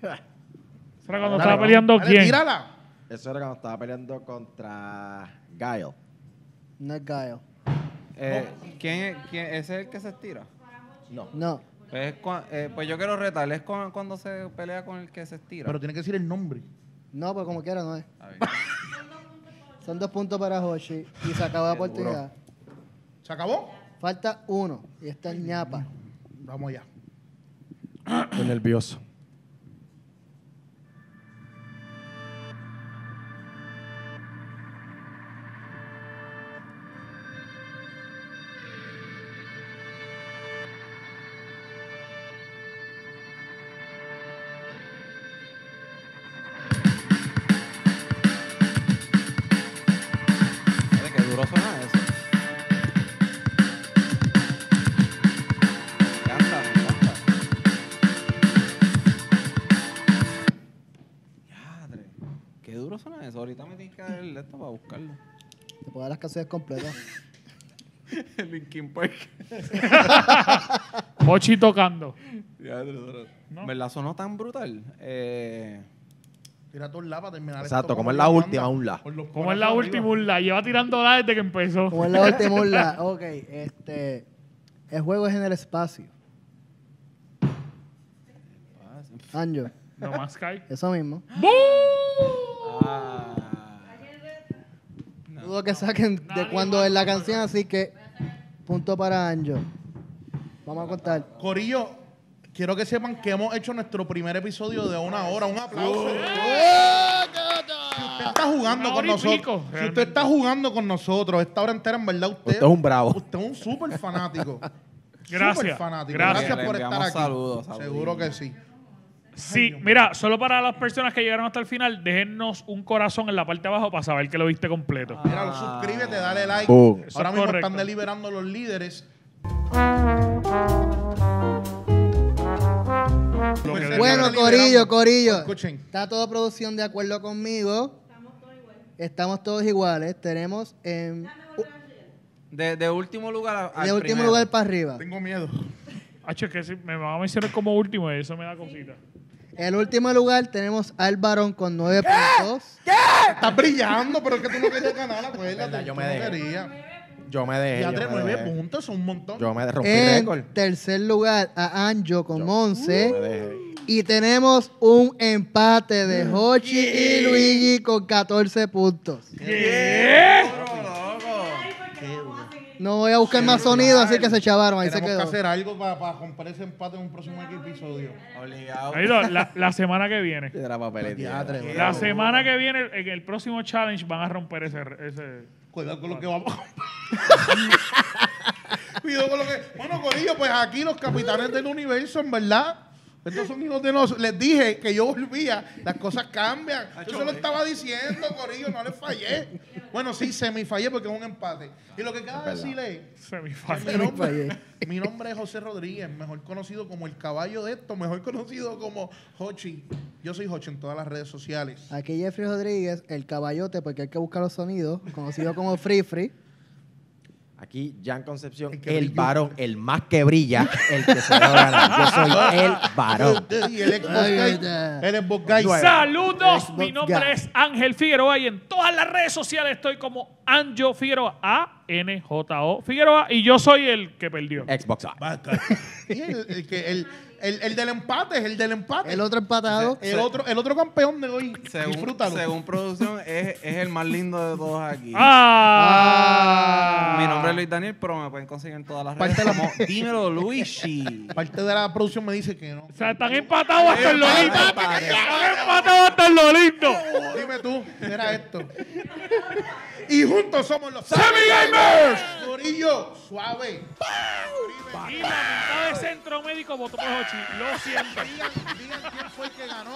Speaker 4: Será cuando
Speaker 1: dale,
Speaker 4: estaba peleando
Speaker 1: dale,
Speaker 4: quién?
Speaker 1: Tírala.
Speaker 3: Eso era cuando estaba peleando contra Guile.
Speaker 2: No es Gaio.
Speaker 5: eh, ¿quién, es- quién- ese es el que se estira?
Speaker 2: No.
Speaker 5: Pues, es cua- eh, pues yo quiero retar, es cu- cuando se pelea con el que se estira.
Speaker 1: Pero tiene que decir el nombre.
Speaker 2: No, pues como quiera, no es.
Speaker 5: Está bien.
Speaker 2: Son dos puntos para Hoshi. Y se acaba la oportunidad.
Speaker 1: ¿Se acabó?
Speaker 2: Falta uno. Y está el ñapa.
Speaker 1: Vamos allá.
Speaker 3: Estoy nervioso.
Speaker 5: Oye, qué duro suena eso. Me encanta, me encanta. Yadre, qué duro suena eso. Ahorita me tienes que dar el de esto para buscarlo. *laughs*
Speaker 2: Te puedo dar las canciones completas.
Speaker 5: Linkin Park.
Speaker 4: Bochi tocando.
Speaker 5: Yadre, duro.
Speaker 4: No.
Speaker 5: ¿Verdad? Sonó tan brutal. Eh,
Speaker 1: Tira todo el lado para terminar
Speaker 3: Exacto,
Speaker 1: esto
Speaker 3: como es
Speaker 1: Dios
Speaker 3: la
Speaker 1: manda.
Speaker 3: última, un la.
Speaker 1: Por los
Speaker 4: Como es la
Speaker 1: corazones
Speaker 4: última
Speaker 1: arriba.
Speaker 4: urla. Lleva tirando la desde que empezó.
Speaker 2: Como es la última urla. Ok, este. El juego es en el espacio. Anjo,
Speaker 4: No más cae.
Speaker 2: eso mismo.
Speaker 5: ah,
Speaker 2: Dudo que saquen de
Speaker 4: Nadie
Speaker 2: cuando
Speaker 4: más
Speaker 2: es la canción, así que. Punto para Anjo. Vamos a contar.
Speaker 1: Corillo, quiero que sepan que hemos hecho nuestro primer episodio de una hora. Un aplauso.
Speaker 4: ¡Oh!
Speaker 1: Si usted está jugando
Speaker 4: Una
Speaker 1: con
Speaker 4: hora y
Speaker 1: nosotros,
Speaker 4: pico,
Speaker 1: si
Speaker 4: realmente.
Speaker 1: usted está jugando con nosotros, esta hora entera en verdad usted,
Speaker 3: Usted es un bravo.
Speaker 1: Usted es un súper fanático.
Speaker 4: Gracias,
Speaker 1: Súper fanático.
Speaker 4: gracias.
Speaker 1: Gracias,
Speaker 5: Le
Speaker 1: por estar
Speaker 5: enviamos
Speaker 1: aquí.
Speaker 5: saludos, saludos.
Speaker 1: Seguro que sí.
Speaker 4: Sí, mira, solo para las personas que llegaron hasta el final, déjennos un corazón en la parte de abajo para saber que lo viste completo.
Speaker 1: Mira, suscríbete, dale like.
Speaker 3: Boom.
Speaker 1: Ahora
Speaker 4: Eso es
Speaker 1: mismo
Speaker 4: correcto.
Speaker 1: están deliberando los líderes.
Speaker 4: que-
Speaker 2: Bueno,
Speaker 1: Pues, Están
Speaker 2: Corillo,
Speaker 1: deliberando.
Speaker 2: Corillo.
Speaker 1: Escuchen.
Speaker 2: Está toda producción de acuerdo conmigo. Estamos todos iguales. Tenemos en
Speaker 5: De, de último lugar a- al
Speaker 2: de último
Speaker 5: primero.
Speaker 2: lugar para arriba.
Speaker 1: Tengo miedo.
Speaker 4: Hacho, Ah, es que si me van a mencionar como último y eso me da cosita.
Speaker 2: El último lugar tenemos al varón con 9 puntos.
Speaker 1: Estás brillando, pero es que tú no querías ganar, acuérdate.
Speaker 3: Verdad, yo
Speaker 1: tú
Speaker 3: me
Speaker 1: no
Speaker 3: dejé.
Speaker 1: querías.
Speaker 3: Yo me dejé.
Speaker 1: Ya
Speaker 3: yo
Speaker 1: tres,
Speaker 3: me
Speaker 1: nueve
Speaker 3: dejé.
Speaker 1: puntos, son un montón.
Speaker 3: Yo me rompí récord. Uh.
Speaker 2: En tercer lugar a Anjo con
Speaker 3: Me
Speaker 2: 11.
Speaker 3: dejé.
Speaker 2: Y tenemos un empate de
Speaker 1: Mm.
Speaker 2: Hochi y Luigi con 14 puntos. No voy a buscar más sonido, así que se chavaron. Ahí se
Speaker 1: Tenemos que
Speaker 2: quedó.
Speaker 1: hacer algo para, para comprar ese empate en un próximo episodio.
Speaker 5: Obligado.
Speaker 4: Ahí lo- la, la semana que *laughs* viene.
Speaker 3: Piedra, papel y
Speaker 1: Ya,
Speaker 3: tijera.
Speaker 1: tres, bueno.
Speaker 4: La semana que viene, en el próximo challenge, van a romper ese. ese-
Speaker 1: Cuidado con lo que vamos a comprar. *laughs* Cuidado con lo que. Bueno, Corillo, pues aquí los capitanes del universo, en verdad. Estos son hijos de nosotros. Les dije que yo volvía, las cosas cambian. Yo se lo estaba diciendo, Corillo, no les fallé. Bueno, sí, semifallé porque es un empate. Y lo que queda
Speaker 3: verdad.
Speaker 1: decirle
Speaker 4: semifinal.
Speaker 1: mi nombre, *laughs* mi nombre es José Rodríguez, mejor conocido como el caballo de esto, mejor conocido como Hochi. Yo soy Hochi en todas las redes sociales.
Speaker 2: Aquí Jeffrey Rodríguez, el caballote, porque hay que buscar los sonidos, conocido como Free Free.
Speaker 3: Aquí, Jan Concepción,
Speaker 1: El
Speaker 3: el,
Speaker 1: que brilló.
Speaker 3: varón, el más que brilla, el que se debe ganar. Yo soy el
Speaker 1: *laughs*
Speaker 3: varón.
Speaker 1: Y el Xbox
Speaker 2: Ay,
Speaker 1: Guy.
Speaker 2: verdad.
Speaker 1: El Xbox Guy.
Speaker 4: Saludos,
Speaker 2: Xbox
Speaker 4: mi nombre
Speaker 2: Guy.
Speaker 4: es Ángel Figueroa y en todas las redes sociales estoy como Anjo Figueroa, A-N-J-O Figueroa, y yo soy el que perdió.
Speaker 5: Eh,
Speaker 3: Xbox Live.
Speaker 1: Vaca. Y el, el que- el- el- el del empate es el del empate.
Speaker 2: El otro empatado.
Speaker 1: El otro, el otro campeón de hoy.
Speaker 5: Según,
Speaker 1: Disfrútalo.
Speaker 5: según producción, es, es el más lindo de todos aquí.
Speaker 4: Ah.
Speaker 5: Mi nombre es Luis Daniel, pero me pueden conseguir en todas las redes.
Speaker 1: Parte de la-
Speaker 5: como
Speaker 1: *laughs*
Speaker 5: Dímelo, Luigi.
Speaker 1: Parte de la producción me dice que no.
Speaker 4: O sea, están empatados hasta en lo lindo. Están empatados hasta en lo lindo.
Speaker 1: Dime tú, era esto. Y juntos somos los Semi Gamers. Corillo, suave.
Speaker 4: Y la mitad de centro médico votó por Hochi. Lo siento.
Speaker 1: Digan, digan quién fue el que ganó.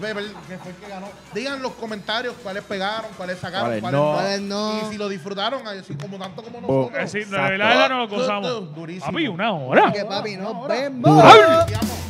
Speaker 1: Ve, ve, ¿Quién fue el que ganó? Digan los comentarios cuáles pegaron, cuáles sacaron,
Speaker 3: Cuáles
Speaker 1: cuáles,
Speaker 3: no.
Speaker 1: no.
Speaker 2: Cuáles no.
Speaker 1: Y si lo disfrutaron, así como tanto como
Speaker 3: Boom.
Speaker 1: nosotros.
Speaker 4: Así, de
Speaker 3: Exacto.
Speaker 4: verdad, no lo
Speaker 1: Du- du-
Speaker 4: gozamos.
Speaker 1: durísimo.
Speaker 4: Papi, una hora.
Speaker 2: Que papi, nos
Speaker 1: eh, Ahora.
Speaker 2: vemos.
Speaker 1: Digamos,